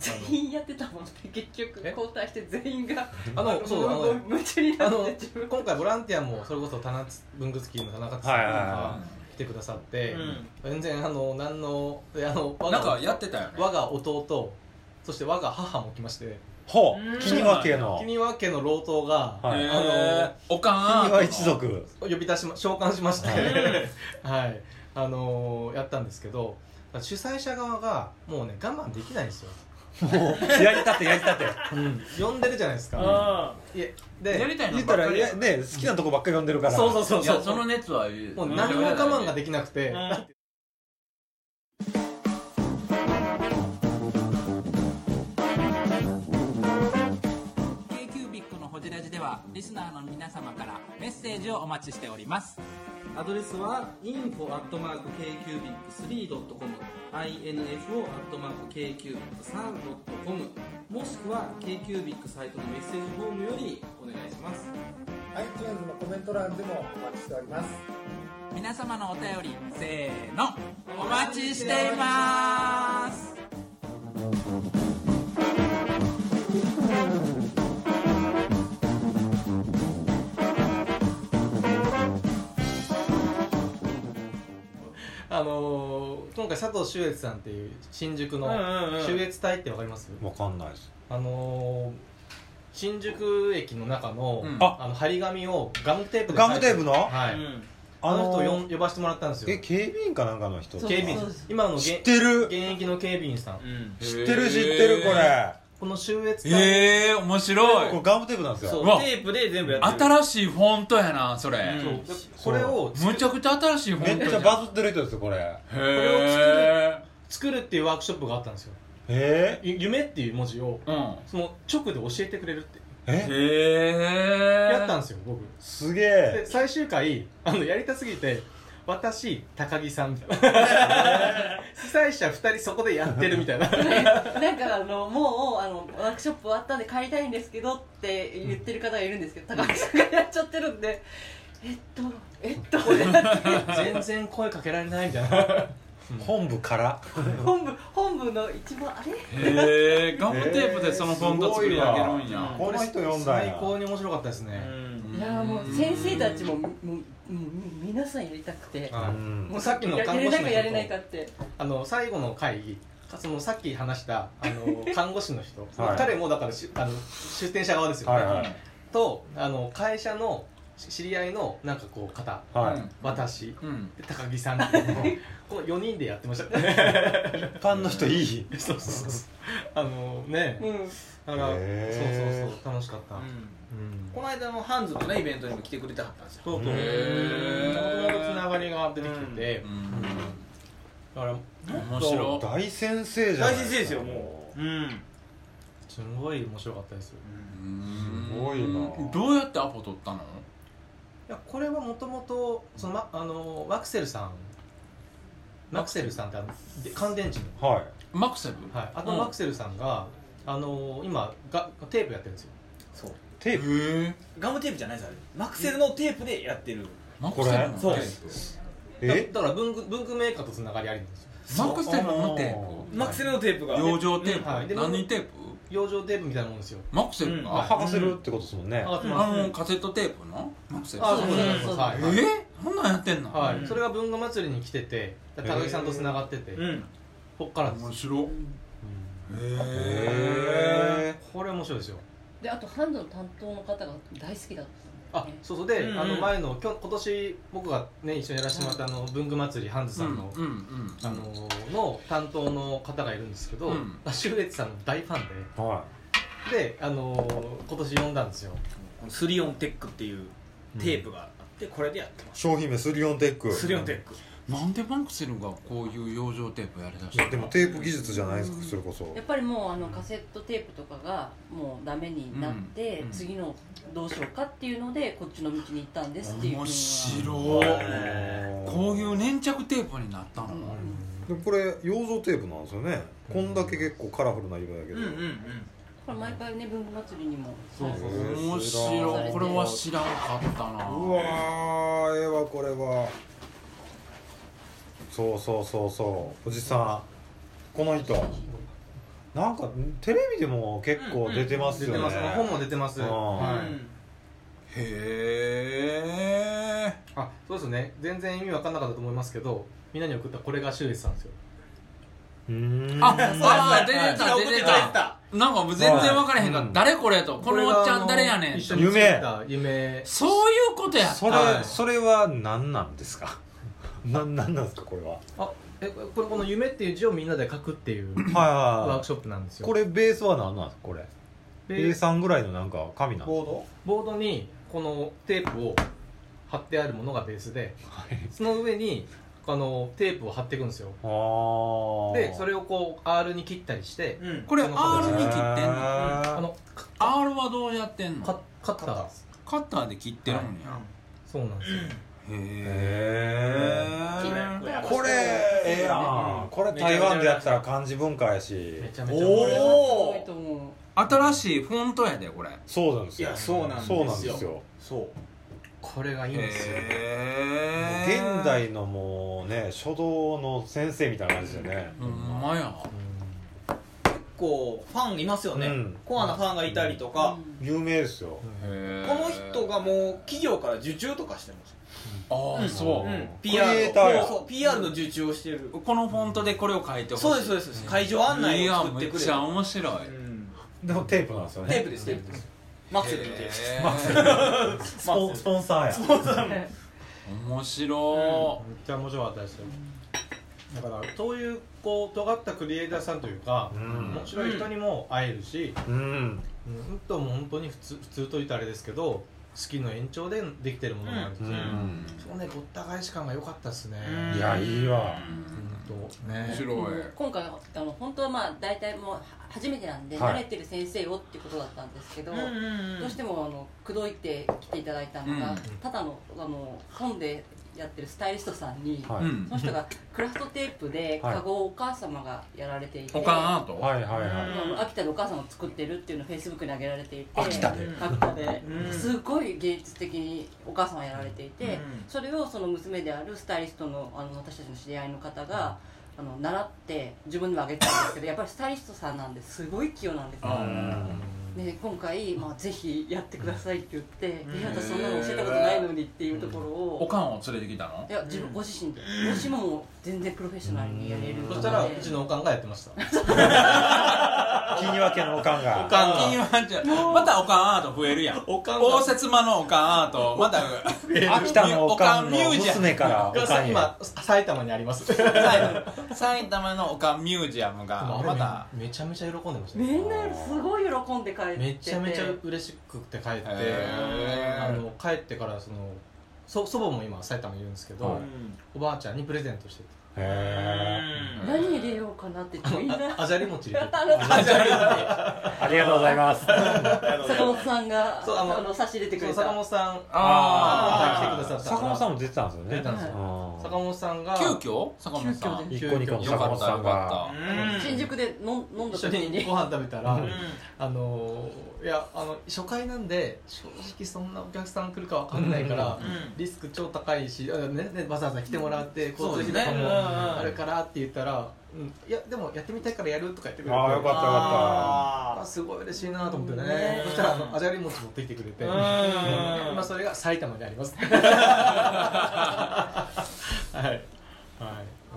[SPEAKER 5] 全員やってたもんね結局
[SPEAKER 4] え
[SPEAKER 5] 交代して全員が
[SPEAKER 4] あのそうあの
[SPEAKER 5] 夢中にな
[SPEAKER 4] あ
[SPEAKER 5] っ
[SPEAKER 4] の
[SPEAKER 5] て自分
[SPEAKER 4] 今回ボランティアもそれこそ田中文具好きの田中さんと
[SPEAKER 2] はいはい
[SPEAKER 4] か
[SPEAKER 2] は
[SPEAKER 4] 来てくださって、
[SPEAKER 9] うん
[SPEAKER 4] 全然あの何のであの
[SPEAKER 7] なんかやってたよね
[SPEAKER 4] 我が弟そして我が母も来まして
[SPEAKER 2] ほ
[SPEAKER 9] う
[SPEAKER 2] うん君は家の
[SPEAKER 4] 君は家の老頭が、
[SPEAKER 2] はい
[SPEAKER 7] へー
[SPEAKER 4] あ
[SPEAKER 7] おかんアート
[SPEAKER 2] 君
[SPEAKER 7] の
[SPEAKER 2] は一族
[SPEAKER 4] 呼び出しま召喚しまして
[SPEAKER 2] はい
[SPEAKER 4] <laughs> はい、あのーやったんですけど主催者側がもうね我慢できないんですよ、
[SPEAKER 2] もうやりたてやりたて
[SPEAKER 4] 呼んでるじゃないですか
[SPEAKER 9] あ
[SPEAKER 4] いえ
[SPEAKER 7] やり
[SPEAKER 4] で
[SPEAKER 7] たいの
[SPEAKER 2] 言っ
[SPEAKER 7] ばっ
[SPEAKER 2] たら
[SPEAKER 7] か
[SPEAKER 2] い
[SPEAKER 7] りや
[SPEAKER 2] やね好きなとこばっかり呼んでるから
[SPEAKER 4] そうそうそう
[SPEAKER 7] いや
[SPEAKER 4] そう
[SPEAKER 7] その熱は言
[SPEAKER 4] もう何も我慢ができなくて、
[SPEAKER 9] うん
[SPEAKER 3] ケイキュービックのホジラジではリスナーの皆様からメッセージをお待ちしております。
[SPEAKER 6] アドレスは info.kcubic3.com info.kcubic3.com もしくは KQBIC サイトのメッセージフォームよりお願いします
[SPEAKER 3] 皆様のお便り、せーの、お待ちしています。
[SPEAKER 4] あのー今回佐藤秀悦さんっていう新宿の秀悦隊ってわかります、
[SPEAKER 2] わかんないです
[SPEAKER 4] あのー新宿駅の中の,、
[SPEAKER 7] うん
[SPEAKER 4] あの張り紙をガムテープで書いて
[SPEAKER 2] ガムテープの
[SPEAKER 4] はい、あの人
[SPEAKER 2] ー
[SPEAKER 4] を呼ん呼ばせてもらったんです
[SPEAKER 2] え
[SPEAKER 4] よ
[SPEAKER 2] 警備員かなんかの人
[SPEAKER 5] そう
[SPEAKER 4] 警備員
[SPEAKER 5] そうです
[SPEAKER 4] 今の現
[SPEAKER 2] 知ってる
[SPEAKER 4] 現役の警備員さん
[SPEAKER 2] 知ってる知ってるこれ
[SPEAKER 4] この秀悦隊、
[SPEAKER 7] ええー、面白
[SPEAKER 2] これ
[SPEAKER 7] い
[SPEAKER 2] ガムテープなんです
[SPEAKER 9] そ
[SPEAKER 2] よ
[SPEAKER 9] う
[SPEAKER 7] うわ
[SPEAKER 9] テープで全部やってる
[SPEAKER 7] 新しいフォントやなそれ、
[SPEAKER 9] うん
[SPEAKER 4] そうでこれを
[SPEAKER 7] むちゃくちゃ新しいフォ
[SPEAKER 2] め
[SPEAKER 7] ント
[SPEAKER 2] っ
[SPEAKER 7] じ
[SPEAKER 2] ち
[SPEAKER 7] ゃ
[SPEAKER 2] ゃ
[SPEAKER 7] ん
[SPEAKER 2] バズってる人ですよこれへ
[SPEAKER 7] へ
[SPEAKER 4] 作るっていうワークショップがあったんですよ
[SPEAKER 2] え
[SPEAKER 4] ゆ夢っていう文字を
[SPEAKER 7] え、うん、
[SPEAKER 4] その直で教えてくれるって
[SPEAKER 2] え
[SPEAKER 7] へえ
[SPEAKER 4] やったんですよ僕
[SPEAKER 2] すげ
[SPEAKER 4] で
[SPEAKER 2] え
[SPEAKER 4] 最終回あのやりたすぎて私高木さんみたいな主催者2人そこでやってるみたいな
[SPEAKER 5] なんかあのもうあのワークショップ終わったんで帰りたいんですけどって言ってる方がいるんですけど高橋さんがやっちゃってるんでえっとえっと
[SPEAKER 4] <laughs> 全然声かけられないみたいな
[SPEAKER 2] 本部から
[SPEAKER 5] 本部本部の一番あれ
[SPEAKER 7] へえガムテープでそのフォント作り上げるんや、
[SPEAKER 2] この人呼んだん
[SPEAKER 4] 最
[SPEAKER 2] や
[SPEAKER 4] 高に面白かったですね、
[SPEAKER 9] うん
[SPEAKER 5] いやもう先生たちももうもうもう皆さんやりたくて
[SPEAKER 4] は
[SPEAKER 2] う
[SPEAKER 4] い
[SPEAKER 2] ん
[SPEAKER 4] もうさっきの
[SPEAKER 5] や
[SPEAKER 4] 看
[SPEAKER 5] れ
[SPEAKER 4] 護
[SPEAKER 5] な
[SPEAKER 4] 師
[SPEAKER 5] い
[SPEAKER 4] の
[SPEAKER 5] かやれないか
[SPEAKER 4] 人と
[SPEAKER 5] って
[SPEAKER 4] あの最後の会議そのさっき話したあ <laughs> の看護師の人、
[SPEAKER 2] はい
[SPEAKER 4] 彼もだからしあの出店者側ですよね、
[SPEAKER 2] はいはい
[SPEAKER 4] とあの会社のし知り合いのなんかこう方
[SPEAKER 2] はい
[SPEAKER 4] 私
[SPEAKER 7] うん
[SPEAKER 4] で高木さんっていうのをこの4人でやってました <laughs> ね
[SPEAKER 2] 一般の人いい
[SPEAKER 4] そうそうそうあのね
[SPEAKER 5] うん
[SPEAKER 4] だから
[SPEAKER 2] へー
[SPEAKER 4] そうそうそう楽しかった、うん
[SPEAKER 9] この間のハンズのねイベントにも来てくれてはったんですよ
[SPEAKER 4] そうそう
[SPEAKER 2] へ
[SPEAKER 4] も
[SPEAKER 7] ー
[SPEAKER 4] ともとつながりが出てきてて、
[SPEAKER 7] うん
[SPEAKER 4] だから
[SPEAKER 7] 面白い
[SPEAKER 2] 大先生じゃな
[SPEAKER 9] 大
[SPEAKER 2] い
[SPEAKER 9] 先生ですよもううん
[SPEAKER 4] すごい面白かったですよ
[SPEAKER 7] うん
[SPEAKER 2] すごいな
[SPEAKER 7] どうやってアポ取ったの
[SPEAKER 4] いやこれはもともとその、ま、あのマクセルさんマクセルさんってあので乾電池の、
[SPEAKER 2] うはい
[SPEAKER 7] マクセル
[SPEAKER 4] はい、あと
[SPEAKER 7] うん
[SPEAKER 4] マクセルさんが、あの今がテープやってるんですよ
[SPEAKER 9] そう
[SPEAKER 2] テープ
[SPEAKER 7] へえ
[SPEAKER 9] ガムテープじゃないですあれマクセルのテープでやってる
[SPEAKER 7] マクセルのテ
[SPEAKER 9] そう
[SPEAKER 7] ー
[SPEAKER 2] え
[SPEAKER 4] だだから文具文具メーカーとつながりありなんですよ
[SPEAKER 7] プマクセルのテー
[SPEAKER 9] マクセルのテープが
[SPEAKER 7] プ養生テ
[SPEAKER 4] は
[SPEAKER 7] ー
[SPEAKER 4] い
[SPEAKER 7] プ
[SPEAKER 4] で
[SPEAKER 7] 何テープ
[SPEAKER 4] 養生テープみたいなもんですよ
[SPEAKER 7] マクセル
[SPEAKER 9] うん
[SPEAKER 2] あ
[SPEAKER 7] か
[SPEAKER 2] 剥がせるってことですもんね
[SPEAKER 4] 上がって
[SPEAKER 7] あ
[SPEAKER 4] ます、
[SPEAKER 7] のカセットテープのマクセル
[SPEAKER 4] あそう
[SPEAKER 5] うん
[SPEAKER 4] そうそうそうは
[SPEAKER 7] え
[SPEAKER 4] い、
[SPEAKER 7] ーそんなんやってんの
[SPEAKER 4] はい
[SPEAKER 9] うん
[SPEAKER 4] それが文具祭りに来ててだから高木さんとつながってて、
[SPEAKER 9] うん
[SPEAKER 4] こっからです、
[SPEAKER 7] 面白い
[SPEAKER 2] へ
[SPEAKER 4] これ面白いですよ
[SPEAKER 5] であとハンドの担当の方が大好きだった
[SPEAKER 4] あ
[SPEAKER 5] んだよね
[SPEAKER 4] そうそうで、
[SPEAKER 9] うんうん
[SPEAKER 4] あの前の今日今年僕がね一緒にやらせてもらったあの文具祭りハンズ
[SPEAKER 7] う
[SPEAKER 4] さ
[SPEAKER 7] んうんん
[SPEAKER 4] の、
[SPEAKER 7] うん
[SPEAKER 4] あのの担当の方がいるんですけど、
[SPEAKER 7] うん
[SPEAKER 4] シュウエツさんの大ファン
[SPEAKER 2] は
[SPEAKER 4] でで、あの今年呼んだんですよ
[SPEAKER 9] このスリオンテックっていうテープがあってこれでやって
[SPEAKER 2] い
[SPEAKER 9] ま
[SPEAKER 2] 商品名スリオンテック
[SPEAKER 9] すスリオンテック
[SPEAKER 7] なんでマクセルがこういう養生テープやりだし
[SPEAKER 2] い
[SPEAKER 7] た
[SPEAKER 2] や
[SPEAKER 7] の
[SPEAKER 2] でもテープ技術じゃないですかそれこそ
[SPEAKER 5] やっぱりもうあのカセットテープとかがもうダメになって、
[SPEAKER 7] うんうん
[SPEAKER 5] 次のどうしようかっていうのでこっちの道に行ったんですっていう
[SPEAKER 7] 面白い
[SPEAKER 2] へー
[SPEAKER 7] こういう粘着テープになったの
[SPEAKER 2] でもこれ養生テープなんですよねこんだけ結構カラフルな色だけ
[SPEAKER 9] う
[SPEAKER 2] ど
[SPEAKER 9] んうんうん
[SPEAKER 5] これ毎回ね文具祭りにも
[SPEAKER 4] そうそう
[SPEAKER 2] へー
[SPEAKER 7] 面白いこれは知らんかったな
[SPEAKER 2] うわーええわこれはそうそうそうそうおじさんこの人なんかテレビでも結構出てます
[SPEAKER 4] 出
[SPEAKER 2] よ
[SPEAKER 4] て
[SPEAKER 2] ね、
[SPEAKER 4] ます、本も出てます、
[SPEAKER 2] うん
[SPEAKER 4] はい、
[SPEAKER 7] へえ
[SPEAKER 4] あそうですね全然意味わかんなかったと思いますけどみんなに送ったこれが秀一さんですよ
[SPEAKER 2] うん
[SPEAKER 3] ああー出
[SPEAKER 9] 出
[SPEAKER 3] てた出てた
[SPEAKER 9] た
[SPEAKER 3] なんかもう全然分からへんかっ
[SPEAKER 2] うん
[SPEAKER 3] た誰これとこのおっちゃん誰やねん
[SPEAKER 4] 一
[SPEAKER 3] と
[SPEAKER 4] 緒に作った夢
[SPEAKER 3] そういうことや
[SPEAKER 2] それ、
[SPEAKER 4] はい
[SPEAKER 2] それは何なんですか <laughs> なんなんなんですかこれはは
[SPEAKER 4] あえこれこの「夢」っていう字をみんなで書くっていう
[SPEAKER 2] い
[SPEAKER 4] ワー
[SPEAKER 2] は
[SPEAKER 4] クショップなんです
[SPEAKER 2] い
[SPEAKER 4] よ
[SPEAKER 2] これベースは何なんですかこれ
[SPEAKER 4] で
[SPEAKER 2] A3 ぐらいのなんか紙なんです
[SPEAKER 9] ボード
[SPEAKER 4] ボードにこのテープを貼ってあるものがベースで
[SPEAKER 2] かはい
[SPEAKER 4] その上にあのテープを貼っていくんですよ
[SPEAKER 2] あー
[SPEAKER 4] でそれをこう R に切ったりして
[SPEAKER 9] うん
[SPEAKER 3] これ R
[SPEAKER 4] その
[SPEAKER 3] に切ってんの
[SPEAKER 4] あ
[SPEAKER 2] あの
[SPEAKER 4] のか
[SPEAKER 3] R はどうやってん
[SPEAKER 4] か
[SPEAKER 3] の
[SPEAKER 4] カッター
[SPEAKER 3] カッターで切ってるんや
[SPEAKER 4] そうなんですよ
[SPEAKER 2] へ
[SPEAKER 9] これ
[SPEAKER 2] えこれええやん、これ台湾でやったら漢字文化やし
[SPEAKER 4] めちゃめちゃ面白い
[SPEAKER 9] お
[SPEAKER 5] すごい
[SPEAKER 9] お
[SPEAKER 5] と思う
[SPEAKER 3] 新しいフォントやでこれ
[SPEAKER 2] そうなんです
[SPEAKER 9] い
[SPEAKER 2] よ
[SPEAKER 9] やそうなんです
[SPEAKER 2] そ
[SPEAKER 9] よ
[SPEAKER 2] うなんですよ
[SPEAKER 9] そう
[SPEAKER 4] これがいいんですよ
[SPEAKER 7] へ
[SPEAKER 2] 現代のもうね書道の先生みたいな感じですよね、
[SPEAKER 3] ほんまや
[SPEAKER 9] 結構ファンいますよね、
[SPEAKER 2] うん
[SPEAKER 9] コアなファンがいたりとか、
[SPEAKER 2] 有名ですよ、
[SPEAKER 9] この人がもう企業から受注とかしてます、
[SPEAKER 3] ああそ
[SPEAKER 2] う
[SPEAKER 3] う
[SPEAKER 2] ん
[SPEAKER 9] ん、PR,
[SPEAKER 2] クリエイターや
[SPEAKER 9] そうそう PR の受注をしてる、
[SPEAKER 3] このフォントでこれを書いてほしい
[SPEAKER 9] そうですそうです、会場案
[SPEAKER 3] い
[SPEAKER 9] 内を
[SPEAKER 3] や
[SPEAKER 9] 作っ
[SPEAKER 3] め
[SPEAKER 9] て
[SPEAKER 3] っ
[SPEAKER 9] くれ
[SPEAKER 3] ち
[SPEAKER 9] る
[SPEAKER 3] ゃ面白い
[SPEAKER 9] うん
[SPEAKER 2] でもテープなんですよね
[SPEAKER 9] テープですテープですマクセルのテープです
[SPEAKER 3] へー
[SPEAKER 2] スポンスポンサーや
[SPEAKER 3] 面白
[SPEAKER 4] めっちゃ面白かったですよだからそういうこう尖ったクリエイターさんというか、
[SPEAKER 2] うん
[SPEAKER 4] 面白い人にも会えるし、
[SPEAKER 2] うん
[SPEAKER 4] うん、うんともう本当に普通普通と言ったらあれですけど好きの延長でできてるものなんです
[SPEAKER 2] う
[SPEAKER 4] よ、
[SPEAKER 2] ん
[SPEAKER 4] そうねぼった返し感が良かったですね、
[SPEAKER 9] うん
[SPEAKER 2] いやいいわ
[SPEAKER 4] 本当
[SPEAKER 3] 面
[SPEAKER 4] ね
[SPEAKER 3] 白
[SPEAKER 5] も
[SPEAKER 3] いう
[SPEAKER 5] 今回はあの本当はまあ大体もうは初めてなんで、
[SPEAKER 2] はい
[SPEAKER 5] 慣れてる先生をってことだったんですけど、
[SPEAKER 9] うんうんうん
[SPEAKER 5] どうしてもあの口説いて来ていただいたのが、
[SPEAKER 3] うん
[SPEAKER 5] ただのあの本でやってるスタイリストさんに、
[SPEAKER 2] はい
[SPEAKER 3] うん
[SPEAKER 5] その人がクラフトテープで
[SPEAKER 2] はい
[SPEAKER 5] カゴをお母様がやられていて、
[SPEAKER 3] おかんアート
[SPEAKER 2] はいはいはい
[SPEAKER 5] あの秋田でお母様作ってるっていうのをフェイスブックに上げられていて
[SPEAKER 2] 秋田で
[SPEAKER 5] 秋田で
[SPEAKER 9] うん
[SPEAKER 5] すごい芸術的にお母様やられていて、
[SPEAKER 9] うん
[SPEAKER 5] それをその娘であるスタイリストのあの私たちの知り合いの方が。あの習って自分でも上げてたんですけどやっぱりスタイリストさんなんですごい器用なんですよで今回、まあ、ぜひやってくださいって言って、
[SPEAKER 9] うん
[SPEAKER 5] いや私そんなの教えたことないのにっていうところ
[SPEAKER 3] お
[SPEAKER 5] を、
[SPEAKER 3] かんを連れてきたの
[SPEAKER 5] いや自分ご自身で、ご自身ももう全然プロフェッショナルにやれる
[SPEAKER 4] そしたら
[SPEAKER 5] の
[SPEAKER 4] う
[SPEAKER 5] で
[SPEAKER 4] ちのおかんがやってました
[SPEAKER 2] 切り分けのおかんが
[SPEAKER 3] おかん金はじゃまたおかんア
[SPEAKER 2] <laughs>
[SPEAKER 3] ート増えるやん
[SPEAKER 9] おかんが
[SPEAKER 3] 応接間のおかんアートまた
[SPEAKER 2] 秋田のおかんの娘からおかんへ
[SPEAKER 4] 今埼玉にあります
[SPEAKER 3] 埼玉のおかんミュージア
[SPEAKER 4] で
[SPEAKER 3] ム
[SPEAKER 4] も
[SPEAKER 3] が
[SPEAKER 4] あれ
[SPEAKER 3] また
[SPEAKER 4] めちゃめちゃ喜んでましたね
[SPEAKER 5] みんなすごい喜んで帰ってて
[SPEAKER 4] めちゃめちゃ嬉しくて帰って、
[SPEAKER 3] へー
[SPEAKER 4] あの帰ってからそのそ祖母も今埼玉にいるんですけど、
[SPEAKER 2] はい
[SPEAKER 4] おばあちゃんにプレゼントしてて
[SPEAKER 2] え
[SPEAKER 5] 何入れようかなってみんな
[SPEAKER 4] あじゃり餅入 <laughs> れて
[SPEAKER 5] あの
[SPEAKER 2] ありがとうございます
[SPEAKER 5] 坂本さんが
[SPEAKER 4] そう
[SPEAKER 5] あ
[SPEAKER 4] あの
[SPEAKER 5] の差し入れてく
[SPEAKER 4] そ
[SPEAKER 5] れ
[SPEAKER 4] う坂
[SPEAKER 5] た
[SPEAKER 4] 本さん
[SPEAKER 3] あ
[SPEAKER 4] ー来てくださった
[SPEAKER 2] 坂本さんも出てたんですよね
[SPEAKER 4] 出てたんですよ
[SPEAKER 2] うん
[SPEAKER 4] 坂本さんが
[SPEAKER 3] 急遽坂本さ
[SPEAKER 5] 急遽
[SPEAKER 3] ん
[SPEAKER 5] で
[SPEAKER 2] 一個二個の
[SPEAKER 3] よ
[SPEAKER 2] 坂
[SPEAKER 3] か
[SPEAKER 2] 本
[SPEAKER 3] った
[SPEAKER 2] さ
[SPEAKER 3] よ
[SPEAKER 2] ん
[SPEAKER 3] か
[SPEAKER 2] が
[SPEAKER 3] っ
[SPEAKER 5] 新宿で飲ん飲んだ
[SPEAKER 4] 一緒
[SPEAKER 5] 時
[SPEAKER 4] に
[SPEAKER 5] に
[SPEAKER 4] ご飯食べたら、
[SPEAKER 2] うん
[SPEAKER 4] あのーいやあの初回なんで正直そんなお客さん来るかわかんないから、
[SPEAKER 9] うん
[SPEAKER 4] リスク超高いし、あねね、わざわざ来てもらって
[SPEAKER 9] そ
[SPEAKER 4] 交
[SPEAKER 9] う
[SPEAKER 4] 通
[SPEAKER 9] です
[SPEAKER 4] 費
[SPEAKER 9] ね
[SPEAKER 4] とか
[SPEAKER 9] うんうん
[SPEAKER 4] もあるからって言ったら、うん、いやでもやってみたいからやるとか言ってくれて
[SPEAKER 2] あーよかった
[SPEAKER 4] あすごい嬉しいなと思ってね
[SPEAKER 5] ね
[SPEAKER 4] そしたらあのアジャリ餅持ってきてくれて、
[SPEAKER 9] うん
[SPEAKER 4] まあ、それが埼玉にあります
[SPEAKER 9] <laughs>
[SPEAKER 4] はい、はい、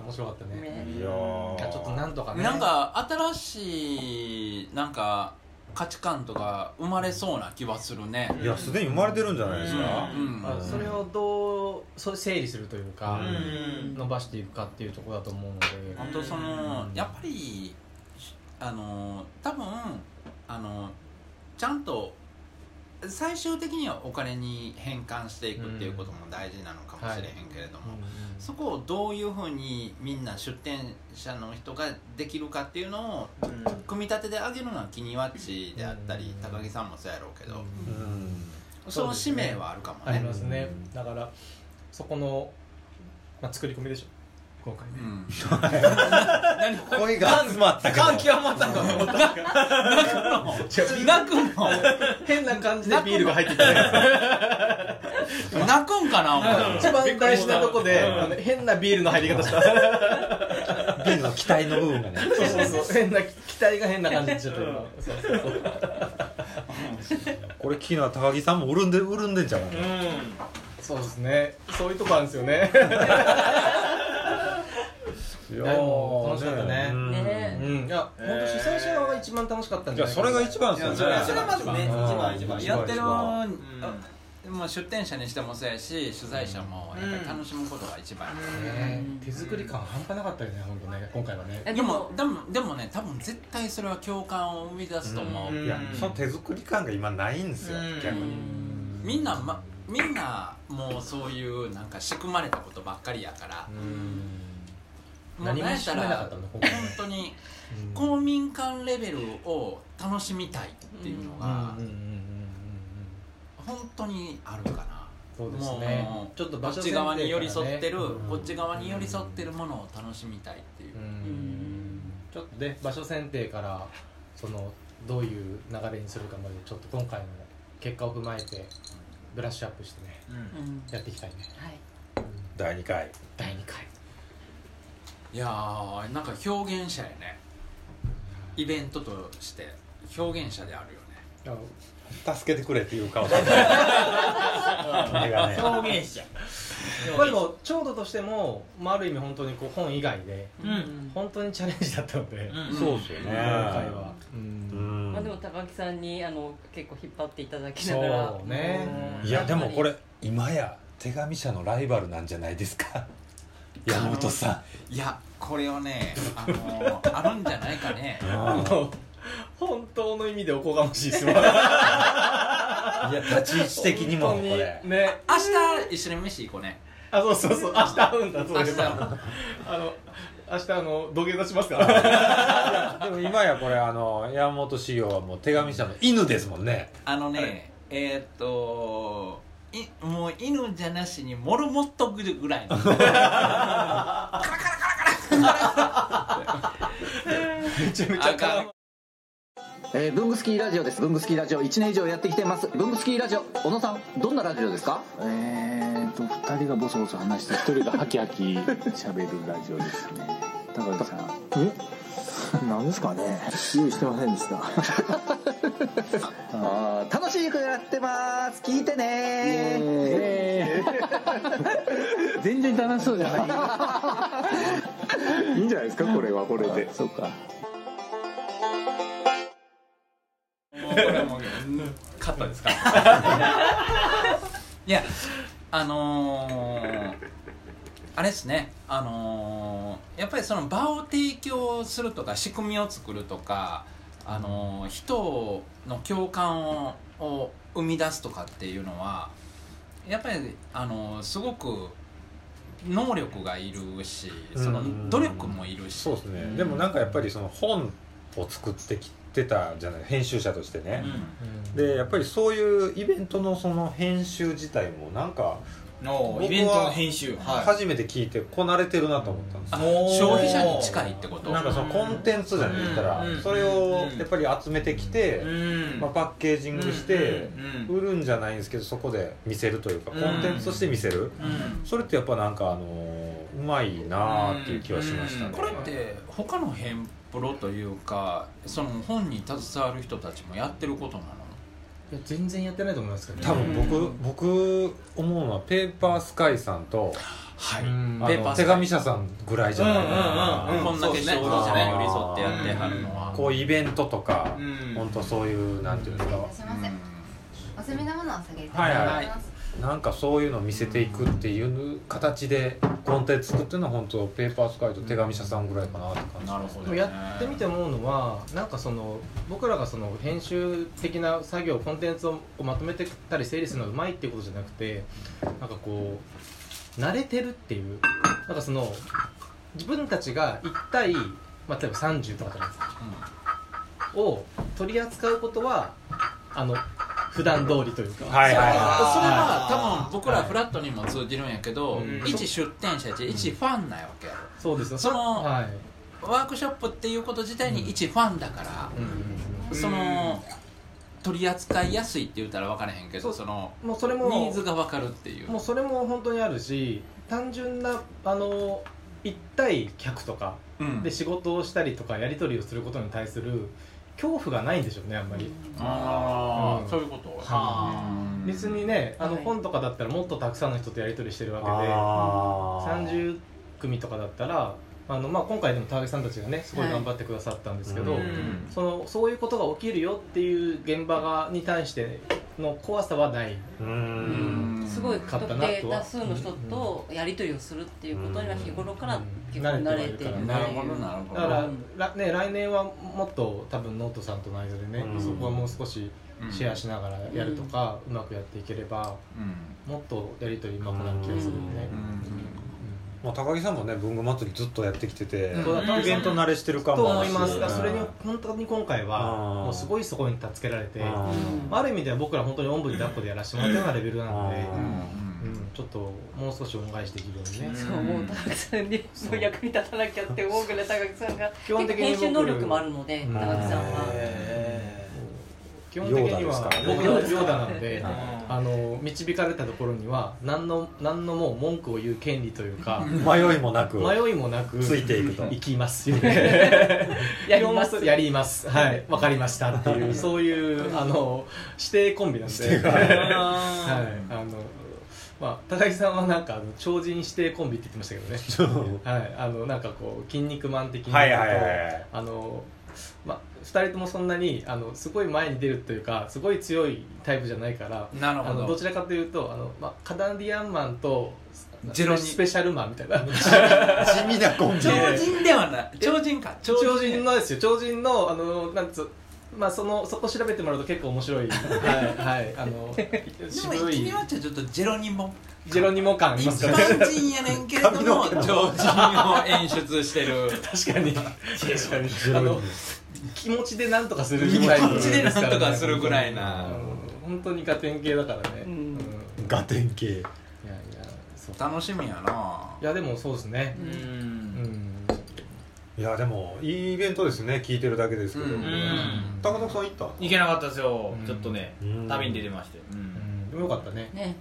[SPEAKER 4] 面白かったね
[SPEAKER 5] ね
[SPEAKER 2] いやー
[SPEAKER 4] いやちょっとなんとか
[SPEAKER 3] た
[SPEAKER 4] ね
[SPEAKER 3] なんか新しいなんか価値観とか生まれそうな気はするね
[SPEAKER 2] いやすでに生まれてるんじゃないですか
[SPEAKER 3] う
[SPEAKER 4] ま
[SPEAKER 3] ん
[SPEAKER 4] あそれをどうそう整理するというか、
[SPEAKER 9] うん
[SPEAKER 4] 伸ばしていくかっていうところだと思うので、
[SPEAKER 3] あとそのやっぱりあの多分あのちゃんと最終的にはお金に変換していくっていうことも大事なのかもしれへんけれども、そこをどういうふうにみんな出店者の人ができるかっていうのを組み立てであげるのはキニワッチであったり、
[SPEAKER 4] うん
[SPEAKER 3] 高木さんもそうやろうけど、
[SPEAKER 2] うん
[SPEAKER 3] その使命はあるかも
[SPEAKER 4] あり
[SPEAKER 3] ね
[SPEAKER 4] ますね
[SPEAKER 2] うん
[SPEAKER 4] だからそこの、まあ、作り込みでしょ今回ね
[SPEAKER 3] う、ん、
[SPEAKER 2] 声が集まったけど
[SPEAKER 9] 感極まったの
[SPEAKER 3] 泣くの
[SPEAKER 4] 変な感じでビールが入ってきたね
[SPEAKER 3] <laughs> 泣くんかなお前
[SPEAKER 4] 一番大事なとこで、あの変なビールの入り方した
[SPEAKER 2] ビンの機体の部分がね
[SPEAKER 4] そうそうそう変な期待が変な感じにしちゃってる今そうそうそう
[SPEAKER 2] これ聞いのは高木さんも潤んで潤んでんちゃうかな
[SPEAKER 4] そうですねそういうとこあるんですよね
[SPEAKER 2] い
[SPEAKER 4] やもう楽しかったね
[SPEAKER 2] うん
[SPEAKER 5] ね
[SPEAKER 4] うんいや本当主催者側が一番楽しかったん
[SPEAKER 2] じ
[SPEAKER 4] じ
[SPEAKER 2] ゃあ
[SPEAKER 4] ゃない
[SPEAKER 2] それが一番ですよね
[SPEAKER 9] それがまずね一番一番
[SPEAKER 2] うん
[SPEAKER 9] や
[SPEAKER 3] や
[SPEAKER 9] っ
[SPEAKER 3] ってて
[SPEAKER 2] 一
[SPEAKER 3] る、
[SPEAKER 2] 番
[SPEAKER 3] まあ、出店者にしてもそうやし取材者もやっぱり楽しむことが一番、
[SPEAKER 4] ね手作り感半端なかったよね本当ね今回はね
[SPEAKER 5] え
[SPEAKER 3] でもでもでもね多分絶対それは共感を生み出すと思う、
[SPEAKER 2] いやその手作り感が今ないんですよ
[SPEAKER 9] うん
[SPEAKER 2] 逆に
[SPEAKER 3] みんな、ま、みんなもうそういうなんか仕組まれたことばっかりやから、もう
[SPEAKER 4] 何も
[SPEAKER 3] なんやっ
[SPEAKER 4] 知
[SPEAKER 3] た
[SPEAKER 4] らなかっ
[SPEAKER 3] ら
[SPEAKER 4] たんだ今
[SPEAKER 3] 本
[SPEAKER 4] 回ね
[SPEAKER 3] 当に公民館レベルを楽しみたいっていうのが
[SPEAKER 4] うんうんうんうんうん
[SPEAKER 3] 本当にあるかな、
[SPEAKER 4] そうですね
[SPEAKER 3] もう
[SPEAKER 4] ちょっと
[SPEAKER 3] こ
[SPEAKER 4] 場
[SPEAKER 3] っ
[SPEAKER 4] 所
[SPEAKER 3] ち側に寄り添ってる、
[SPEAKER 4] うん
[SPEAKER 3] こっち側に寄り添ってるものを楽しみたいっていう
[SPEAKER 4] う、んちょっとで場所選定からそのどういう流れにするかまでちょっと今回の結果を踏まえてブラッシュアップしてね
[SPEAKER 5] うん
[SPEAKER 4] やっていきたいね
[SPEAKER 5] はい
[SPEAKER 2] 第2回
[SPEAKER 4] 第2回
[SPEAKER 3] いやーなんか表現者やねイベントとして表現者であるよね
[SPEAKER 4] いや
[SPEAKER 2] 助けてくれっていう顔だ <laughs> ね
[SPEAKER 9] 表現者
[SPEAKER 4] まあでも長度としても、まあ、ある意味本当にこう本以外で
[SPEAKER 9] うん
[SPEAKER 4] 本当にチャレンジだったので、今
[SPEAKER 9] うん
[SPEAKER 2] そうですよ
[SPEAKER 4] 回
[SPEAKER 2] ね
[SPEAKER 4] は、う
[SPEAKER 2] うんん
[SPEAKER 5] まあでも高木さんにあの結構引っ張っていただきながら
[SPEAKER 4] そうね
[SPEAKER 2] いやでもこれ今や手紙社のライバルなんじゃないです <laughs> か山本さ
[SPEAKER 3] いやこれを <laughs> ねあのーあるんじゃないかね
[SPEAKER 2] んうん
[SPEAKER 4] もう本当の意味でおこがましいですよ
[SPEAKER 2] いや立ち位置的にもこれ
[SPEAKER 4] ね
[SPEAKER 3] 明日一緒に飯行こうね
[SPEAKER 4] あそうそうそう明日会うんだそう
[SPEAKER 3] 明
[SPEAKER 4] い
[SPEAKER 3] 日
[SPEAKER 4] えばあの明日あの土下座しますから
[SPEAKER 2] でも今やこれあの山本仕様はもう手紙社の犬ですもんね
[SPEAKER 3] あのねえーっといもう犬じゃなしにモルモットぐらい <laughs> の
[SPEAKER 4] めちゃめちゃ絡ま
[SPEAKER 10] えー、ブングスキーラジオです。ブングスキーラジオ1年以上やってきてます。ブングスキーラジオ、小野さん、どんなラジオですか
[SPEAKER 11] えーと2人がボソボソ話して1人がハキハキ喋るラジオですね高橋さんえなんですかね用意してませんでした
[SPEAKER 10] あー楽しくやってます。聞いてねー。
[SPEAKER 11] 全然楽しそうじゃないいいんじゃないですかこれはこれでそうか
[SPEAKER 3] 勝ったですか <laughs> いやあのーあれですねあのーやっぱりその場を提供するとか仕組みを作るとかあのー人の共感をを生み出すとかっていうのはやっぱりあのーすごく能力がいるしそ
[SPEAKER 2] うん
[SPEAKER 3] の努力もいるし
[SPEAKER 2] そうですねでもなんかやっぱりその本を作ってきてたじゃない編集者としてね、でやっぱりそういうイベントのその編集自体もなんか
[SPEAKER 9] の
[SPEAKER 2] 僕は
[SPEAKER 9] イベントの編集はい
[SPEAKER 2] 初めて聞いてこなれてるなと思ったんです
[SPEAKER 3] あ
[SPEAKER 2] よ
[SPEAKER 3] 消費者に近いってこと
[SPEAKER 2] なんかそのコンテンツじゃないですから
[SPEAKER 9] うん
[SPEAKER 2] それを
[SPEAKER 9] うん
[SPEAKER 2] やっぱり集めてきて
[SPEAKER 9] う、ん
[SPEAKER 2] まあ、パッケージングして
[SPEAKER 9] うん
[SPEAKER 2] 売るんじゃないんですけどそこで見せるというかコ
[SPEAKER 9] うん
[SPEAKER 2] ンテンツとして見せる
[SPEAKER 9] うん
[SPEAKER 2] それってやっぱなんかあのーうまいなーっていう気はしましたね
[SPEAKER 9] うん
[SPEAKER 3] これって他の編プロというかその本に携わる人たちもやってることなの
[SPEAKER 4] いや全然やってないと思いますけどね
[SPEAKER 2] 多分僕僕思うのはペーパースカイさんと
[SPEAKER 3] はい
[SPEAKER 4] うん
[SPEAKER 2] あ
[SPEAKER 3] ペーパ
[SPEAKER 2] の
[SPEAKER 3] ースカ
[SPEAKER 2] 手
[SPEAKER 3] イ
[SPEAKER 2] 紙社さんぐらいじゃないか
[SPEAKER 9] うんうんうん
[SPEAKER 2] な
[SPEAKER 3] こんだけね
[SPEAKER 9] そうそう
[SPEAKER 3] 消費者に寄り添ってやってはるのは
[SPEAKER 2] こうイベントとか
[SPEAKER 9] うん
[SPEAKER 2] 本当そういうなんていうんですか
[SPEAKER 12] すいません。おすすめのものを下げていた
[SPEAKER 2] はい
[SPEAKER 12] だ
[SPEAKER 2] は
[SPEAKER 12] き
[SPEAKER 2] い
[SPEAKER 12] ます。
[SPEAKER 2] なんかそういうのを見せていくっていう形でコンテンツ作ってるのは本当ペーパースカイと手紙社さんぐらいかなって感
[SPEAKER 3] うん
[SPEAKER 2] じ
[SPEAKER 3] なるほ
[SPEAKER 4] で
[SPEAKER 3] ど
[SPEAKER 4] も
[SPEAKER 3] ね
[SPEAKER 4] やってみて思うのはなんかその僕らがその編集的な作業コンテンツをまとめてたり整理するのがうまいっていうことじゃなくてなんかこう慣れてるっていうなんかその自分たちが1対、まあ、例えば30とかじゃないですかを取り扱うことはあの普段通りというか、
[SPEAKER 2] はいはい
[SPEAKER 3] それ
[SPEAKER 2] は
[SPEAKER 3] は多分僕らフラットにも通じるんやけど、
[SPEAKER 4] うん
[SPEAKER 3] 一出店者やし一ファンなわけや
[SPEAKER 4] そうですよ
[SPEAKER 3] その
[SPEAKER 4] はい
[SPEAKER 3] ろワークショップっていうこと自体に一ファンだから、
[SPEAKER 9] うん
[SPEAKER 3] その取り扱いやすいって言ったら分からへんけ
[SPEAKER 4] そう
[SPEAKER 3] どその
[SPEAKER 4] もうそれも
[SPEAKER 3] ニーズが分かるっていう
[SPEAKER 4] もうそれも本当にあるし単純なあの1対100とかで仕事をしたりとかやり取りをすることに対する恐怖がないんでしょうねあんまり
[SPEAKER 3] あー
[SPEAKER 4] ん
[SPEAKER 3] そういうこと
[SPEAKER 4] はあ別にねあの本とかだったらもっとたくさんの人とやり取りしてるわ
[SPEAKER 2] あ
[SPEAKER 4] けで30組とかだったらあの、まあ、今回でも高木さんたちがねすごい頑張ってくださったんですけど、
[SPEAKER 2] はいうん
[SPEAKER 4] そのそういうことが起きるよっていう現場がに対しての怖さはない
[SPEAKER 2] うん
[SPEAKER 5] すごい
[SPEAKER 4] 買
[SPEAKER 5] 特
[SPEAKER 4] ったな
[SPEAKER 5] 定
[SPEAKER 4] とは
[SPEAKER 5] 多数の人とやり取りをするっていうことには日頃から結構慣れてる
[SPEAKER 4] うん慣れてはいるからね
[SPEAKER 5] なる
[SPEAKER 4] ほど
[SPEAKER 3] なるほ
[SPEAKER 4] だから、らね、来年はもっと多分ノートさんとの間でね、
[SPEAKER 2] うん
[SPEAKER 4] そこはもう少しシェアしながらやるとか、うまくやっていければ、もっとやり取りうまくなる気がするよね、
[SPEAKER 2] まあ、高木さんもね文具祭りずっとやってきてて、
[SPEAKER 4] うんそうだ
[SPEAKER 2] イベント慣れしてるか
[SPEAKER 4] と
[SPEAKER 2] も
[SPEAKER 4] 思います
[SPEAKER 2] うん
[SPEAKER 4] それに本当に今回
[SPEAKER 2] う
[SPEAKER 4] は
[SPEAKER 2] ん
[SPEAKER 4] もうすごいそこに助けられて
[SPEAKER 2] うん
[SPEAKER 4] ある意味では僕ら本当におんぶに抱っこでやらせてもらったようなレベルなのでうんちょっともう少し恩返しできるようにね
[SPEAKER 5] そうもう高木さんにもう役に立たなきゃって思うぐらい
[SPEAKER 4] <laughs>
[SPEAKER 5] 高木さんが
[SPEAKER 4] 基本的に
[SPEAKER 5] 結構編集能力もあるので
[SPEAKER 4] 僕
[SPEAKER 5] 高木さんは
[SPEAKER 4] 基本的には僕
[SPEAKER 5] ヨーダ
[SPEAKER 4] は
[SPEAKER 5] です
[SPEAKER 4] ヨ
[SPEAKER 5] か
[SPEAKER 4] ー
[SPEAKER 5] らね
[SPEAKER 4] ダなので
[SPEAKER 5] はい
[SPEAKER 4] あの導かれたところには何の何のもう文句を言う権利というか
[SPEAKER 2] 迷いもなく
[SPEAKER 4] 迷いもなく
[SPEAKER 2] ついていくと
[SPEAKER 4] 行きますよねやりますやりますはいわかりましたっていうそういうあの指定コンビなんで
[SPEAKER 2] 定コンビ
[SPEAKER 4] はいあのまあ、高木さんはなんかあの超人指定コンビって言ってましたけどね、はい、あのなんかこう筋肉マン的な
[SPEAKER 2] はいはいはいはい
[SPEAKER 4] あの、まあ、2人ともそんなにあのすごい前に出るというかすごい強いタイプじゃないから
[SPEAKER 3] なるほど
[SPEAKER 4] あのどちらかというとあの、まあ、カナディアンマンと
[SPEAKER 3] ジェロニ
[SPEAKER 4] スペシャルマンみたいな
[SPEAKER 2] 地味なコンビ
[SPEAKER 3] 超人ではない超人か
[SPEAKER 4] 超人のですよ超人のあのなんつうまあそのそこ調べてもらうと結構面白いはいはいあの
[SPEAKER 3] でも
[SPEAKER 4] 渋
[SPEAKER 3] 君
[SPEAKER 4] い
[SPEAKER 3] はちょっとジェロニモ
[SPEAKER 4] ジェロニモ感あります
[SPEAKER 3] 一
[SPEAKER 4] か
[SPEAKER 3] 般
[SPEAKER 4] ら
[SPEAKER 3] 人やねんけれども超人を演出して
[SPEAKER 4] <laughs>
[SPEAKER 3] る
[SPEAKER 4] 確かに確かにあの気持ちでなんとかする
[SPEAKER 3] 気持
[SPEAKER 4] タイプ
[SPEAKER 3] ちでなんとかするぐらい
[SPEAKER 4] あ
[SPEAKER 3] な
[SPEAKER 4] の本当にガテン系だからね、うん
[SPEAKER 2] ガテン系いやい
[SPEAKER 4] やそう
[SPEAKER 3] 楽しみやない
[SPEAKER 4] やでもそうですね
[SPEAKER 3] うん
[SPEAKER 2] いやでもいいイベントですね聞いてるだけですけど、
[SPEAKER 9] うん
[SPEAKER 2] 高田さん行った
[SPEAKER 9] 行けなかったですよ、ちょっとね、
[SPEAKER 2] ん
[SPEAKER 9] 旅に出てまして、
[SPEAKER 4] でもよかったね
[SPEAKER 5] ね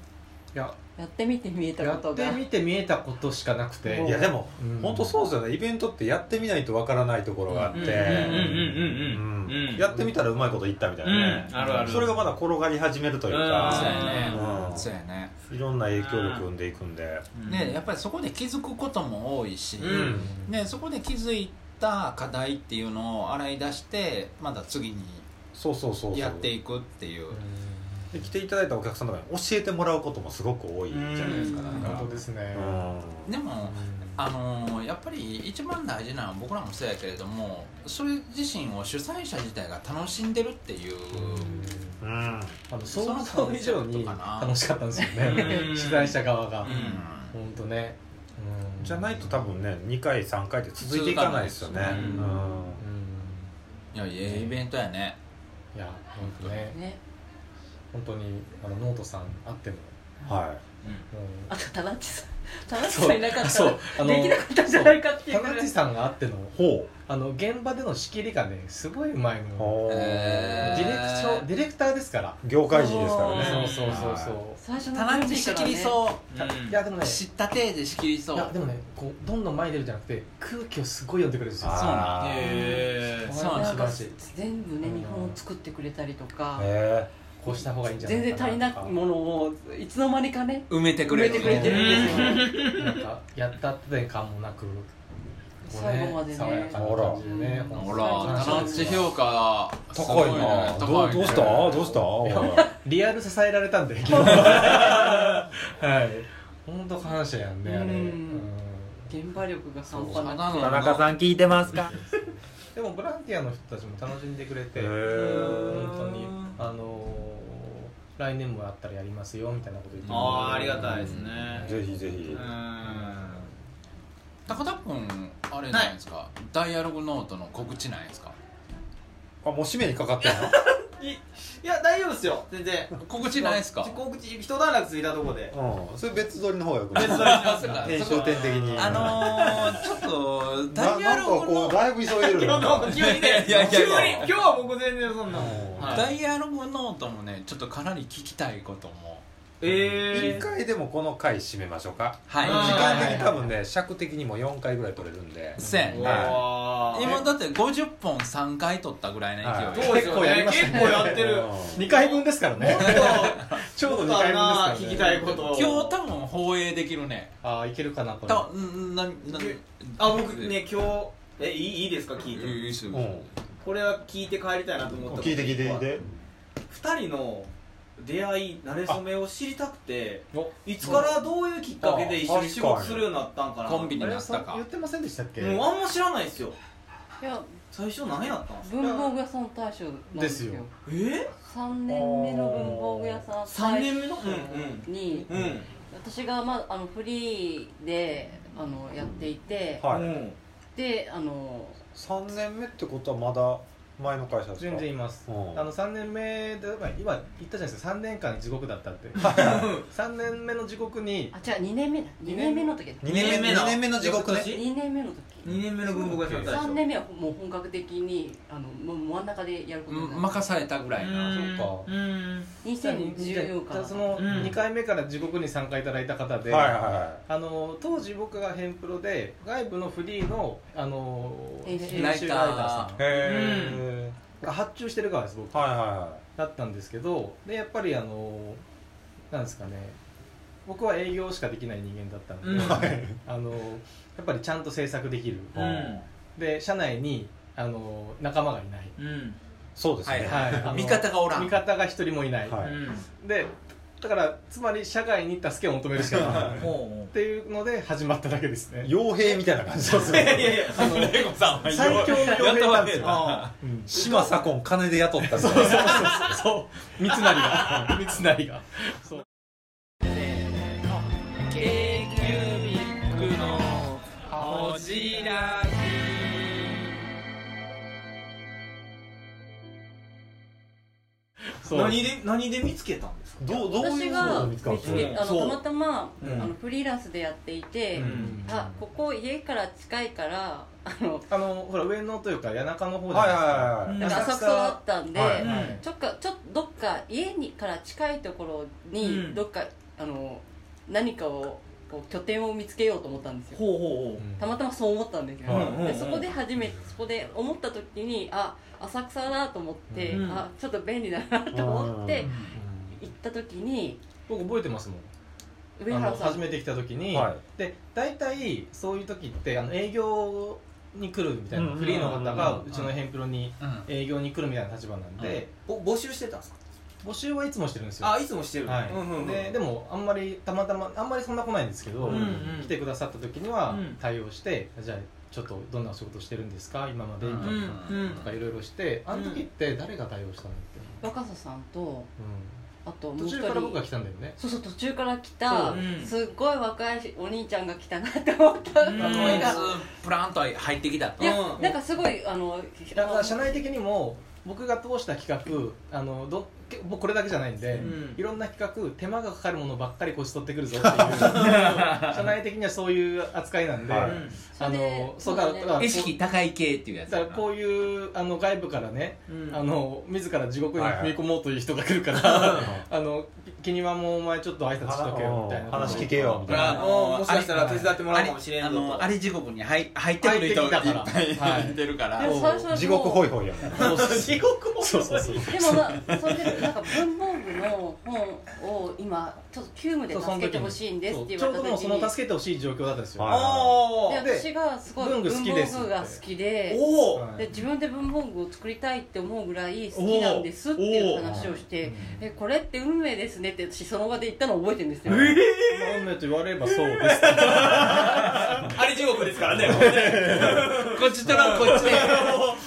[SPEAKER 4] いや
[SPEAKER 5] やってみて見えた
[SPEAKER 4] や
[SPEAKER 5] こと
[SPEAKER 4] っ
[SPEAKER 5] が
[SPEAKER 4] てみて見えたことしかなくて
[SPEAKER 2] いやでも、
[SPEAKER 4] うん
[SPEAKER 2] 本当そうですよねイベントってやってみないとわからないところがあって
[SPEAKER 9] う
[SPEAKER 2] うんん
[SPEAKER 9] うんうんうんうんうん
[SPEAKER 2] やってみたらうまいこといったみたいなね、
[SPEAKER 9] うんあるある
[SPEAKER 2] それがまだ転がり始めるというか、
[SPEAKER 9] うんそうやね
[SPEAKER 2] うん
[SPEAKER 3] そうやね
[SPEAKER 2] いろんな影響力を生んでいくんで、
[SPEAKER 3] ねやっぱりそこで気づくことも多いし、
[SPEAKER 2] ん
[SPEAKER 3] ねそこで気づいた課題っていうのを洗い出してまだ次に
[SPEAKER 2] そうそうそうそう
[SPEAKER 3] やっていくっていう
[SPEAKER 2] で来ていただいたお客さんとかに教えてもらうこともすごく多いじゃないですか,、なんか
[SPEAKER 4] 本当ですね
[SPEAKER 3] でもあのーやっぱり一番大事なのは僕らもそうやけれどもそれ自身を主催者自体が楽しんでるっていう
[SPEAKER 2] うん、うん
[SPEAKER 4] あの想像以上に楽しかったんですよね
[SPEAKER 3] う
[SPEAKER 4] 取
[SPEAKER 3] ん
[SPEAKER 4] 材者側が
[SPEAKER 3] う
[SPEAKER 4] 本当ね
[SPEAKER 2] じゃないと多分ね2回3回って続いていかないですよね
[SPEAKER 3] 続かないですよね
[SPEAKER 2] うん
[SPEAKER 3] んいやいいイベントやね
[SPEAKER 4] いや本当ね
[SPEAKER 5] ね
[SPEAKER 4] 本当にあのノートさんあっても
[SPEAKER 2] は
[SPEAKER 5] あと田中さん田中さんいなかった
[SPEAKER 4] そうあ
[SPEAKER 5] ら
[SPEAKER 4] の
[SPEAKER 5] できなかったんじゃないかってい
[SPEAKER 4] 田
[SPEAKER 5] うぐらい
[SPEAKER 4] 口さんがあっての
[SPEAKER 2] いほ
[SPEAKER 4] あの現場での仕切りがねすごいうまいの
[SPEAKER 2] う、
[SPEAKER 3] え
[SPEAKER 4] ディレクションディレクターですから
[SPEAKER 2] 業界人ですからね
[SPEAKER 4] そうそうそうそう
[SPEAKER 5] 最初の
[SPEAKER 3] タナッチ仕切りそ
[SPEAKER 4] いやでも
[SPEAKER 3] う
[SPEAKER 4] ね
[SPEAKER 3] 知った体で仕切りそ
[SPEAKER 4] いうやでもねこうどんどん前に出るんじゃなくて空気をすごい読んでくれるんですよ
[SPEAKER 2] あー
[SPEAKER 4] そう
[SPEAKER 3] なん
[SPEAKER 2] へ
[SPEAKER 3] えそうなんで
[SPEAKER 5] なん
[SPEAKER 3] す
[SPEAKER 4] 素晴
[SPEAKER 5] か
[SPEAKER 4] らしい
[SPEAKER 5] 全部ね日本を作ってくれたりとか
[SPEAKER 2] へ
[SPEAKER 4] こうした方がいいんじゃない
[SPEAKER 5] 全
[SPEAKER 4] か
[SPEAKER 5] 然足りない
[SPEAKER 4] とか
[SPEAKER 5] ものをいつの間にかね
[SPEAKER 3] 埋めてく
[SPEAKER 5] 埋
[SPEAKER 3] れ
[SPEAKER 5] め
[SPEAKER 3] る
[SPEAKER 5] てくれてるんですよ
[SPEAKER 4] なんかやったって感もなく、こうね
[SPEAKER 5] 最後までね
[SPEAKER 4] 爽やかな感じでね
[SPEAKER 5] あら
[SPEAKER 3] ほらタナッチ評価す
[SPEAKER 2] 高
[SPEAKER 3] ご
[SPEAKER 2] い
[SPEAKER 3] ね
[SPEAKER 2] な
[SPEAKER 3] 高
[SPEAKER 2] どう
[SPEAKER 3] ね
[SPEAKER 2] どうしたどうしたおい
[SPEAKER 4] リアル支えられたんで昨日はい本当感謝やんねあれ、
[SPEAKER 5] うん
[SPEAKER 4] うん
[SPEAKER 5] 現場力が半
[SPEAKER 3] た
[SPEAKER 5] 端
[SPEAKER 3] だ
[SPEAKER 5] なくて
[SPEAKER 3] の
[SPEAKER 13] ん聞いてますか
[SPEAKER 4] でもボランティアの人たちも楽しんでくれて
[SPEAKER 2] へー
[SPEAKER 4] 本当にあのー来年もやったらやりますよみたいなこと言ってくれて
[SPEAKER 9] ああありがたいですね
[SPEAKER 2] ぜひぜひ
[SPEAKER 9] うん、
[SPEAKER 3] 高田君あれないんですかダイアログノートの告知ないんですか
[SPEAKER 2] あもう締めにかかってんの
[SPEAKER 9] いいや大丈夫ですよ全然
[SPEAKER 3] 告知ないですか
[SPEAKER 9] 告知一段落ついたと
[SPEAKER 4] <laughs>
[SPEAKER 9] こで
[SPEAKER 2] うんそれ別撮りの方がよくない
[SPEAKER 9] 別撮りしますか
[SPEAKER 2] 編集点的に
[SPEAKER 3] あのー、ちょっと
[SPEAKER 2] な
[SPEAKER 3] ダイア
[SPEAKER 2] なんか
[SPEAKER 3] ログ
[SPEAKER 2] こ
[SPEAKER 3] の
[SPEAKER 2] うだいぶ <laughs> 急いでる
[SPEAKER 9] 今
[SPEAKER 2] よ
[SPEAKER 9] 日なんか
[SPEAKER 2] な
[SPEAKER 9] 急にね
[SPEAKER 3] いやいやいや
[SPEAKER 9] 急に今日
[SPEAKER 4] <laughs>
[SPEAKER 9] は僕全然そんな
[SPEAKER 2] うん
[SPEAKER 9] はい
[SPEAKER 3] ダイアログノートもねちょっとかなり聞きたいことも
[SPEAKER 2] え一回でもこの回締めましょうか
[SPEAKER 3] はい
[SPEAKER 2] 時
[SPEAKER 3] はい
[SPEAKER 2] 間的に多分ね尺的にも4回ぐらい取れるんで
[SPEAKER 3] せん、
[SPEAKER 2] はい
[SPEAKER 3] 今だって50本3回取ったぐらいの
[SPEAKER 2] はい
[SPEAKER 3] 勢い、
[SPEAKER 2] 結構やりましたね結構やってる
[SPEAKER 4] 2回分ですからねちょうど2回分ですから、ね、
[SPEAKER 3] 今日多分放映できるね
[SPEAKER 4] ああいけるかなこれ
[SPEAKER 3] たんなな
[SPEAKER 9] あ僕ね今日えいいいいですか聞いて
[SPEAKER 3] いいですよ
[SPEAKER 9] これは聞いて帰りたいなと思った
[SPEAKER 2] 聞いて聞いて聞いて
[SPEAKER 9] 2人の出会い慣れ初めを知りたくていつからどういうきっかけで一緒に仕事するようになったんかな
[SPEAKER 3] コンビになったか
[SPEAKER 4] 言ってませんでしたっけ
[SPEAKER 9] もうあんま知らないですよ
[SPEAKER 5] いや
[SPEAKER 9] 最初何やったんですか
[SPEAKER 5] 文房具屋さん大賞なんですよ
[SPEAKER 9] え
[SPEAKER 5] 3年目の文房具屋さん
[SPEAKER 9] 三年目の
[SPEAKER 5] に、
[SPEAKER 9] うんうん
[SPEAKER 5] 私が、まあ、あのフリーであのやっていて、
[SPEAKER 2] はい
[SPEAKER 5] であの
[SPEAKER 2] 3年目ってことはまだ前の会社ですか
[SPEAKER 4] 全然います、
[SPEAKER 2] うん
[SPEAKER 4] あの3年目でまあ今言ったじゃないですか3年間地獄だったって3 <laughs> 年目の地獄に
[SPEAKER 5] あ違う2年目だ2年目の時だ
[SPEAKER 2] 二年目二年目の地獄ね
[SPEAKER 5] 2年目の時
[SPEAKER 9] 2年目の文房具屋さん大賞
[SPEAKER 5] 3年目はもう本格的にあのもう真ん中でやることになる
[SPEAKER 3] 任されたぐらいな
[SPEAKER 4] そう
[SPEAKER 9] かうん
[SPEAKER 5] 2014か
[SPEAKER 4] じゃあ
[SPEAKER 5] ら
[SPEAKER 4] その
[SPEAKER 5] うん
[SPEAKER 4] 2回目から地獄に参加いただいた方で、
[SPEAKER 2] はいはいは
[SPEAKER 4] あの当時僕がヘンプロで外部のフリーのあの
[SPEAKER 5] 編集
[SPEAKER 4] 編集ライターさん
[SPEAKER 2] へ
[SPEAKER 4] が発注してる側です僕、
[SPEAKER 2] はいは
[SPEAKER 4] だったんですけどでやっぱりあのなんですかね僕は営業しかできない人間だったんで、
[SPEAKER 2] うんはい
[SPEAKER 4] あのやっぱりちゃんと制作できる、
[SPEAKER 2] うん
[SPEAKER 4] で社内にあの仲間がいない、
[SPEAKER 2] そうですね
[SPEAKER 4] はいはいあの
[SPEAKER 3] 味方がおらん
[SPEAKER 4] 味方が一人もいない、
[SPEAKER 2] はい
[SPEAKER 4] でだからつまり社外に助けを求めるしかないっていうので始まっただけですね
[SPEAKER 2] 傭兵みたいな感じです
[SPEAKER 4] いやいやいやあの
[SPEAKER 2] レゴさんは
[SPEAKER 4] 最強の傭兵なんですよ
[SPEAKER 2] うん島左近金で雇ったみたいな
[SPEAKER 4] そう三成が三成がそう
[SPEAKER 3] ケーキュービックのおじら
[SPEAKER 4] そう
[SPEAKER 9] 何で何で見つけたんですか
[SPEAKER 2] どう
[SPEAKER 5] 私が見つけあのたまたま、
[SPEAKER 9] うん
[SPEAKER 5] あのフリーランスでやっていて、
[SPEAKER 4] うん
[SPEAKER 5] あここ家から近いからあの
[SPEAKER 4] あのほら上野というか谷中の方じゃないで
[SPEAKER 5] なん
[SPEAKER 4] す
[SPEAKER 5] か
[SPEAKER 4] か
[SPEAKER 5] 浅草だったんで、
[SPEAKER 4] はいはい
[SPEAKER 5] ちょっかちょっとどっか家にから近いところに、
[SPEAKER 4] うん
[SPEAKER 5] どっかあの何かをこう拠点を見つけようと思ったんですよたまたまそう思ったんですよ、
[SPEAKER 9] うんうんうん
[SPEAKER 5] でそこで初めてそこで思った時にあ浅草だと思って、
[SPEAKER 4] うん
[SPEAKER 5] あちょっと便利だなと思って行った時に
[SPEAKER 4] 僕覚えてますもん
[SPEAKER 5] 上
[SPEAKER 4] あ
[SPEAKER 5] 原
[SPEAKER 4] の
[SPEAKER 5] さん
[SPEAKER 4] 初めて来た時に、
[SPEAKER 2] は
[SPEAKER 4] で大体そういう時ってあの営業に来るみたいな、
[SPEAKER 2] うん
[SPEAKER 4] フリーの方
[SPEAKER 2] う
[SPEAKER 4] が
[SPEAKER 2] ん
[SPEAKER 4] うちのヘンプロに営業に来るみたいな立場なんで、
[SPEAKER 9] ぼ募集してたんですか
[SPEAKER 4] 募集はいつもしてるんですよ
[SPEAKER 9] あいつもしてる
[SPEAKER 4] はい
[SPEAKER 9] うんうんうん
[SPEAKER 4] ででもあんまりたまたまあんまりそんな来ないんですけど、
[SPEAKER 9] うんうん
[SPEAKER 4] 来てくださった時には
[SPEAKER 9] うん
[SPEAKER 4] 対応して、じゃあちょっとどんなお仕事してるんですか今まで、
[SPEAKER 5] うん
[SPEAKER 9] うん
[SPEAKER 4] とかいろいろしてあの時って誰が対応したのって、
[SPEAKER 5] 若狭さんとあともう
[SPEAKER 4] 途
[SPEAKER 5] 一
[SPEAKER 4] 中
[SPEAKER 5] 人
[SPEAKER 4] から僕が来たんだよね
[SPEAKER 5] そうそう途中から来た、
[SPEAKER 4] そううん
[SPEAKER 5] すっごい若いお兄ちゃんが来たなって思った
[SPEAKER 3] こい
[SPEAKER 5] 声が、
[SPEAKER 3] つプランと入ってきたと
[SPEAKER 5] いやなんかすごいあの
[SPEAKER 4] だから社内的にも僕が通した企画あのどけもうこれだけじゃないんで、いろんな企画手間がかかるものばっかりこし取ってくるぞって
[SPEAKER 5] <laughs>
[SPEAKER 4] いう社内的にはそういう扱いなんで、
[SPEAKER 3] はい
[SPEAKER 4] あのそうだからだから
[SPEAKER 3] 意識高い系っていうやつ
[SPEAKER 4] だからこういうあの外部からね、
[SPEAKER 3] うん
[SPEAKER 4] あの自ら地獄に
[SPEAKER 3] はい
[SPEAKER 4] 踏
[SPEAKER 3] はい
[SPEAKER 4] み込もうという人が来るから、
[SPEAKER 5] <laughs>
[SPEAKER 4] あの気にはもうお前ちょっと挨拶しとけよみたいな
[SPEAKER 2] 話聞けよみたいな
[SPEAKER 4] あの
[SPEAKER 9] ってもらうかもしれんぞ
[SPEAKER 3] あのあれ地獄に入入ってくる人がいっぱいいてるから
[SPEAKER 5] でも最初は地獄ホイホイや
[SPEAKER 2] 地
[SPEAKER 9] 獄ホイ
[SPEAKER 2] そうそうそう
[SPEAKER 5] でもまあそれでなんか文房具の本を今ちょっと急務で
[SPEAKER 4] そうその
[SPEAKER 5] 助
[SPEAKER 4] 時
[SPEAKER 5] けてほしいん <laughs> ですって言
[SPEAKER 4] ちょう
[SPEAKER 5] わ
[SPEAKER 4] ど
[SPEAKER 5] れ
[SPEAKER 4] も
[SPEAKER 5] た
[SPEAKER 4] う
[SPEAKER 5] 時
[SPEAKER 4] そ
[SPEAKER 5] に
[SPEAKER 4] の助けてほしい状況だったんですよ
[SPEAKER 5] で
[SPEAKER 4] で
[SPEAKER 5] 私がすごい
[SPEAKER 4] 文
[SPEAKER 5] 文
[SPEAKER 4] 具
[SPEAKER 5] 房
[SPEAKER 4] 好きです
[SPEAKER 5] 具が好きで
[SPEAKER 4] おー
[SPEAKER 5] で自分で文房具を作りたいって思うぐらい好きなんですっていう話をして「えこれって運命ですね」って私その場で言ったのを覚えてるんですよ、
[SPEAKER 4] まあ運命と言われればそうです
[SPEAKER 9] あれ地獄ですからね
[SPEAKER 3] こっちとらこっちで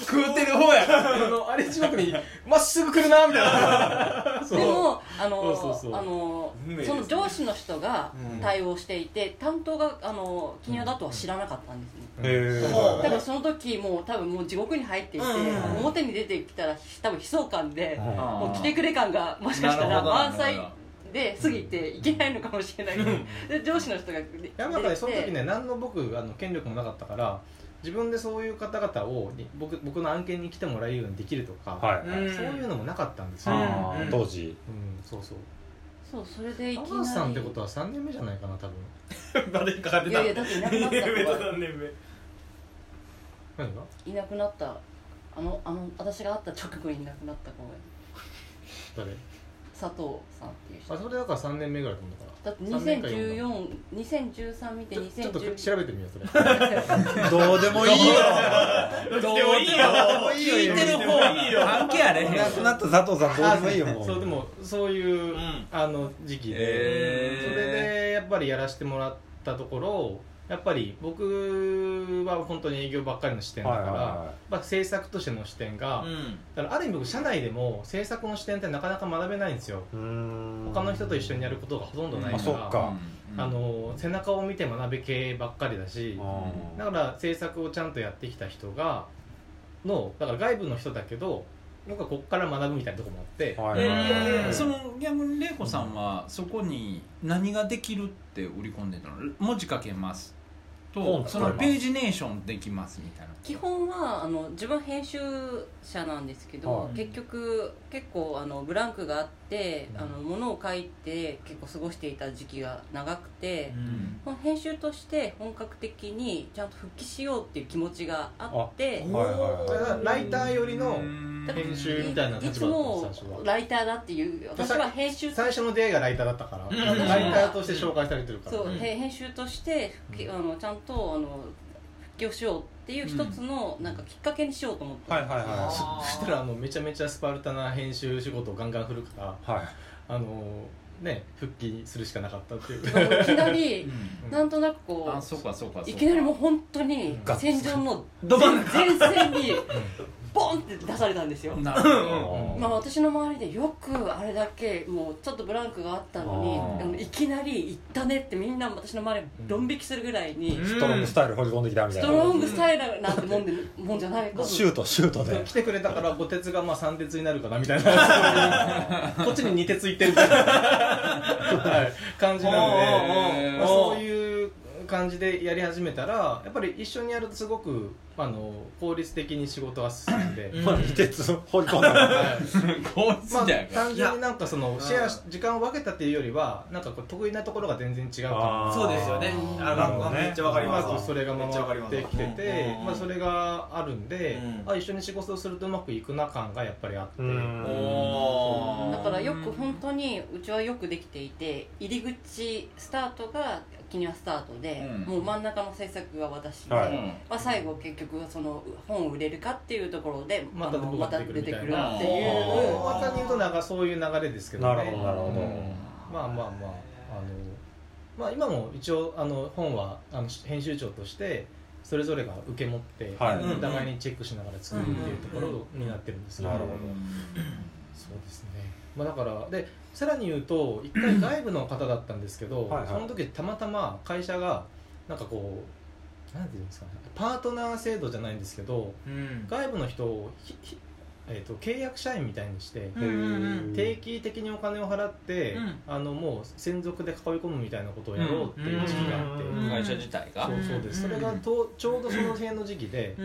[SPEAKER 4] 食うてる方やあのあれ地獄にまっすぐ来るなみたいなそう
[SPEAKER 5] でもあの
[SPEAKER 4] そうそうそう
[SPEAKER 5] あの
[SPEAKER 4] 運命です
[SPEAKER 5] そ
[SPEAKER 4] ね
[SPEAKER 5] の上司の人が対応していて、担当があの金曜だとは知らなかったんですね、
[SPEAKER 2] へ
[SPEAKER 5] だからその時もう多分もう地獄に入っていて、
[SPEAKER 2] うん
[SPEAKER 5] 表に出てきたら多分悲壮感で、
[SPEAKER 2] うん
[SPEAKER 5] もう来てくれ感がもしかし
[SPEAKER 2] な
[SPEAKER 5] た
[SPEAKER 2] る
[SPEAKER 5] ら
[SPEAKER 2] ほど
[SPEAKER 5] 満載で過ぎていけないのかもしれない、で上司の人が出てきて
[SPEAKER 4] いやまあやっぱりその時ね何の僕あの権力もなかったから自分でそういう方々をに僕僕の案件に来てもらえるようにできるとか、
[SPEAKER 2] はい
[SPEAKER 4] そういうのもなかったんですよ、
[SPEAKER 2] あー当時
[SPEAKER 4] うんそうそう
[SPEAKER 5] そうそれでいき
[SPEAKER 4] ア
[SPEAKER 5] なり
[SPEAKER 4] バさんってことは3年目じゃないかな多分
[SPEAKER 9] まだかかってた
[SPEAKER 5] いやいやだっていなくなった
[SPEAKER 9] 2年目と3年目
[SPEAKER 2] <laughs>
[SPEAKER 4] 何が
[SPEAKER 5] いなくなったあのあの私が会った直後にいなくなった子が
[SPEAKER 4] 誰
[SPEAKER 5] 佐藤さんっていう人
[SPEAKER 4] あそれだから3年目ぐらいだと思
[SPEAKER 5] だって
[SPEAKER 4] 3年か4
[SPEAKER 5] 2014 2013見て
[SPEAKER 4] ちょっと
[SPEAKER 5] 2010
[SPEAKER 4] 調べてみよ
[SPEAKER 2] <laughs>
[SPEAKER 4] うそれどうでもいいよ
[SPEAKER 2] どうでもいいよ聞いてる方が関係あれへん亡くなった佐藤さんどうでもいいよもう
[SPEAKER 4] そうでもそういう、あの時期で、
[SPEAKER 2] へー
[SPEAKER 4] それでやっぱりやらせてもらったところやっぱり僕は本当に営業ばっかりの視点だから、
[SPEAKER 2] はいはいはい
[SPEAKER 4] まあ、制作としての視点が、
[SPEAKER 2] うん
[SPEAKER 4] だからある意味僕社内でも制作の視点ってなかなか学べないんですよ他の人と一緒にやることがほとんどないから
[SPEAKER 2] あそっか
[SPEAKER 4] あの背中を見て学べ系ばっかりだしだから制作をちゃんとやってきた人がのだから外部の人だけど僕はここから学ぶみたいなとこもあって、
[SPEAKER 3] えーそ
[SPEAKER 4] の
[SPEAKER 3] の逆に玲子さんはそこに何ができるって売り込んでたの文字書けますと
[SPEAKER 5] 本
[SPEAKER 3] そ
[SPEAKER 5] 作れます
[SPEAKER 3] のページネーションできますみたいな
[SPEAKER 5] 基本はあの自分は編集者なんですけど、
[SPEAKER 3] はい
[SPEAKER 5] 結局結構あのブランクがあって、あのものを書いて結構過ごしていた時期が長くて、この編集として本格的にちゃんと復帰しようっていう気持ちがあって
[SPEAKER 4] あはいはいはいだからライターよりの編集みたいな立場だったんです
[SPEAKER 5] いつ
[SPEAKER 4] 最
[SPEAKER 5] も
[SPEAKER 4] 初は
[SPEAKER 5] ライターだっていう私は編集
[SPEAKER 4] 最初の出会いがライターだったから、ライターとして紹介されてるから、
[SPEAKER 5] そう、へ編集として復帰あのちゃんとあの復帰をしようっていう一つの、なんかきっかけにしようと思って、
[SPEAKER 4] そそしたらあのめちゃめちゃスパルタな編集仕事をガンガン振るから、あのね復帰するしかなかったっていう
[SPEAKER 5] <laughs> <laughs> いきなり、なんとなくこう
[SPEAKER 3] あそうかそうかそうか
[SPEAKER 5] いきなりもう本当に
[SPEAKER 3] ガッツ
[SPEAKER 5] 戦場の
[SPEAKER 3] ど真ん中
[SPEAKER 5] 前線にボンって出されたんですよ
[SPEAKER 3] なるほど
[SPEAKER 5] まあ私の周りでよくあれだけもうちょっとブランクがあったのに
[SPEAKER 2] あー
[SPEAKER 5] あのいきなり行ったねってみんな私の周りドン引きするぐらいに
[SPEAKER 2] ストロングスタイル掘り込んできたみた
[SPEAKER 5] ス
[SPEAKER 2] いな
[SPEAKER 5] トロングスタイルなんてもんでもんじゃないこと
[SPEAKER 2] シュートシュート
[SPEAKER 4] <laughs>
[SPEAKER 2] で
[SPEAKER 4] 来てくれたから五鉄がまあ三鉄になるかなみたい <laughs> なこっちに二鉄いってるみたいな、はい、感じなの
[SPEAKER 2] おーおーおー
[SPEAKER 4] で、まあ、そういう感じでやり始めたらやっぱり一緒にやるとすごくあの効率的に仕事が進ん <laughs> で
[SPEAKER 2] まあ二鉄掘り込んだ
[SPEAKER 4] 効率
[SPEAKER 2] じゃんか
[SPEAKER 4] 単純になんかそのシェアし時間を分けたっていうよりはなんかこう得意なところが全然違うか
[SPEAKER 2] あー
[SPEAKER 4] ら
[SPEAKER 2] そうですよねあのめっちゃわかります
[SPEAKER 4] うまくそれが回ってきてて
[SPEAKER 2] うん
[SPEAKER 4] まあそれがあるんであ一緒に仕事をするとうまくいくな感がやっぱりあって
[SPEAKER 2] お
[SPEAKER 5] だからよく本当にうちはよくできていて入り口スタートがキニワスタートで、
[SPEAKER 2] うん
[SPEAKER 5] もう真ん中の制作は私で、
[SPEAKER 2] はい
[SPEAKER 5] まあ、最後結局その本売れるかっていうところで
[SPEAKER 4] また
[SPEAKER 5] あの
[SPEAKER 4] また出てくるみたいな
[SPEAKER 5] また出てくるっていう
[SPEAKER 4] 大まかに言うとなんかそういう流れですけどね
[SPEAKER 2] なるほどなるほど
[SPEAKER 4] まあまあまああのまあ今も一応あの本はあの編集長としてそれぞれが受け持って、
[SPEAKER 2] はい
[SPEAKER 4] お互いにチェックしながら作るっていうところになってるんですよ
[SPEAKER 2] なるほど
[SPEAKER 4] そうですね、まあ、だからでさらに言うと一
[SPEAKER 3] <clears throat>
[SPEAKER 4] 回外部の方だったんですけど
[SPEAKER 2] はいはい
[SPEAKER 4] その時たまたま会社がなんかこうなんていうんですかねパートナー制度じゃないんですけど、外部の人をひひえー、と契約社員みたいにして、
[SPEAKER 2] うんうんうん
[SPEAKER 4] 定期的にお金を払って、
[SPEAKER 2] うん
[SPEAKER 4] あのもう専属で囲い込むみたいなことをやろうっていう時期があって、
[SPEAKER 3] うん会社自体が
[SPEAKER 4] そうそうです、
[SPEAKER 3] うん
[SPEAKER 4] それがとちょうどその辺の時期で、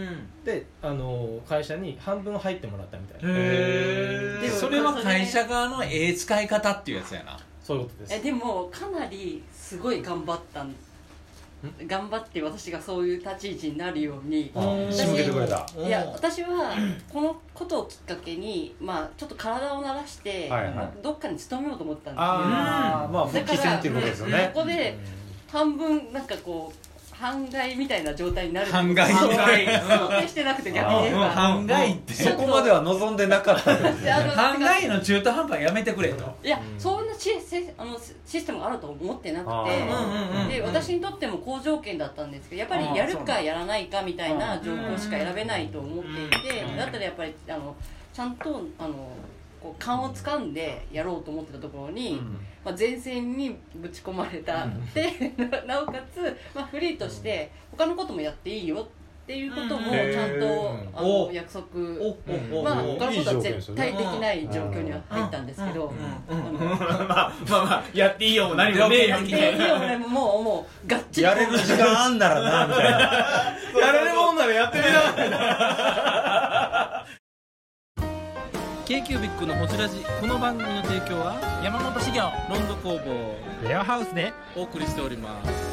[SPEAKER 4] であの会社に半分入ってもらったみたいな
[SPEAKER 3] へえそれは会社側のええ使い方っていうやつやな
[SPEAKER 4] そういうことです
[SPEAKER 5] えでもかなりすごい頑張ったん頑張って私がそういう立ち位置になるように
[SPEAKER 2] あ仕向けてくれた
[SPEAKER 5] いや私はこのことをきっかけに、まあ、ちょっと体を慣らして、
[SPEAKER 2] はいは
[SPEAKER 5] どっかに勤めようと思ったんですよ
[SPEAKER 2] あーまあ復帰戦っていうことですよね
[SPEAKER 5] だからここで半分なんかこう半外みたいな状態になる
[SPEAKER 2] 半外
[SPEAKER 5] そう
[SPEAKER 2] 半外
[SPEAKER 5] 想定してなくて逆に言えば
[SPEAKER 2] 半外ってそこまでは望んでなかったんですね
[SPEAKER 5] あの
[SPEAKER 3] 案外の中途半端やめてくれと
[SPEAKER 5] いや、そんなシスあのシシステムがあると思ってなく
[SPEAKER 3] あ
[SPEAKER 5] て、
[SPEAKER 3] ーうんうんうん
[SPEAKER 5] で私にとっても好条件だったんですけどやっぱりやる
[SPEAKER 3] あーそう
[SPEAKER 5] か
[SPEAKER 3] なん
[SPEAKER 5] やらないかみたいな
[SPEAKER 3] うん
[SPEAKER 5] 状況しか選べないと思っていて、
[SPEAKER 3] うん
[SPEAKER 5] だったらやっぱりあのちゃんとあのこう勘をつかんでやろうと思ってたところに、まあ、前線にぶち込まれた、でななおかつ、まあ、フリーとして他のこともやっていいよっていうことも
[SPEAKER 2] うんへー
[SPEAKER 5] ちゃんと、あの約束
[SPEAKER 2] お
[SPEAKER 5] まあ
[SPEAKER 2] お
[SPEAKER 5] 他のことはい
[SPEAKER 2] い条件です
[SPEAKER 5] 絶
[SPEAKER 2] よね
[SPEAKER 5] 対できない状況には入ったんですけど。
[SPEAKER 9] まあまあまあやっていいよも何もねえよみたいな
[SPEAKER 5] もうもうもうガッチリ
[SPEAKER 2] やれる時間あんならなみたいな
[SPEAKER 9] やれるもんならやってみな
[SPEAKER 6] k q b i c のほじラジこの番組の提供は山本資源ロンド工房
[SPEAKER 13] レアハウスで
[SPEAKER 6] お送りしております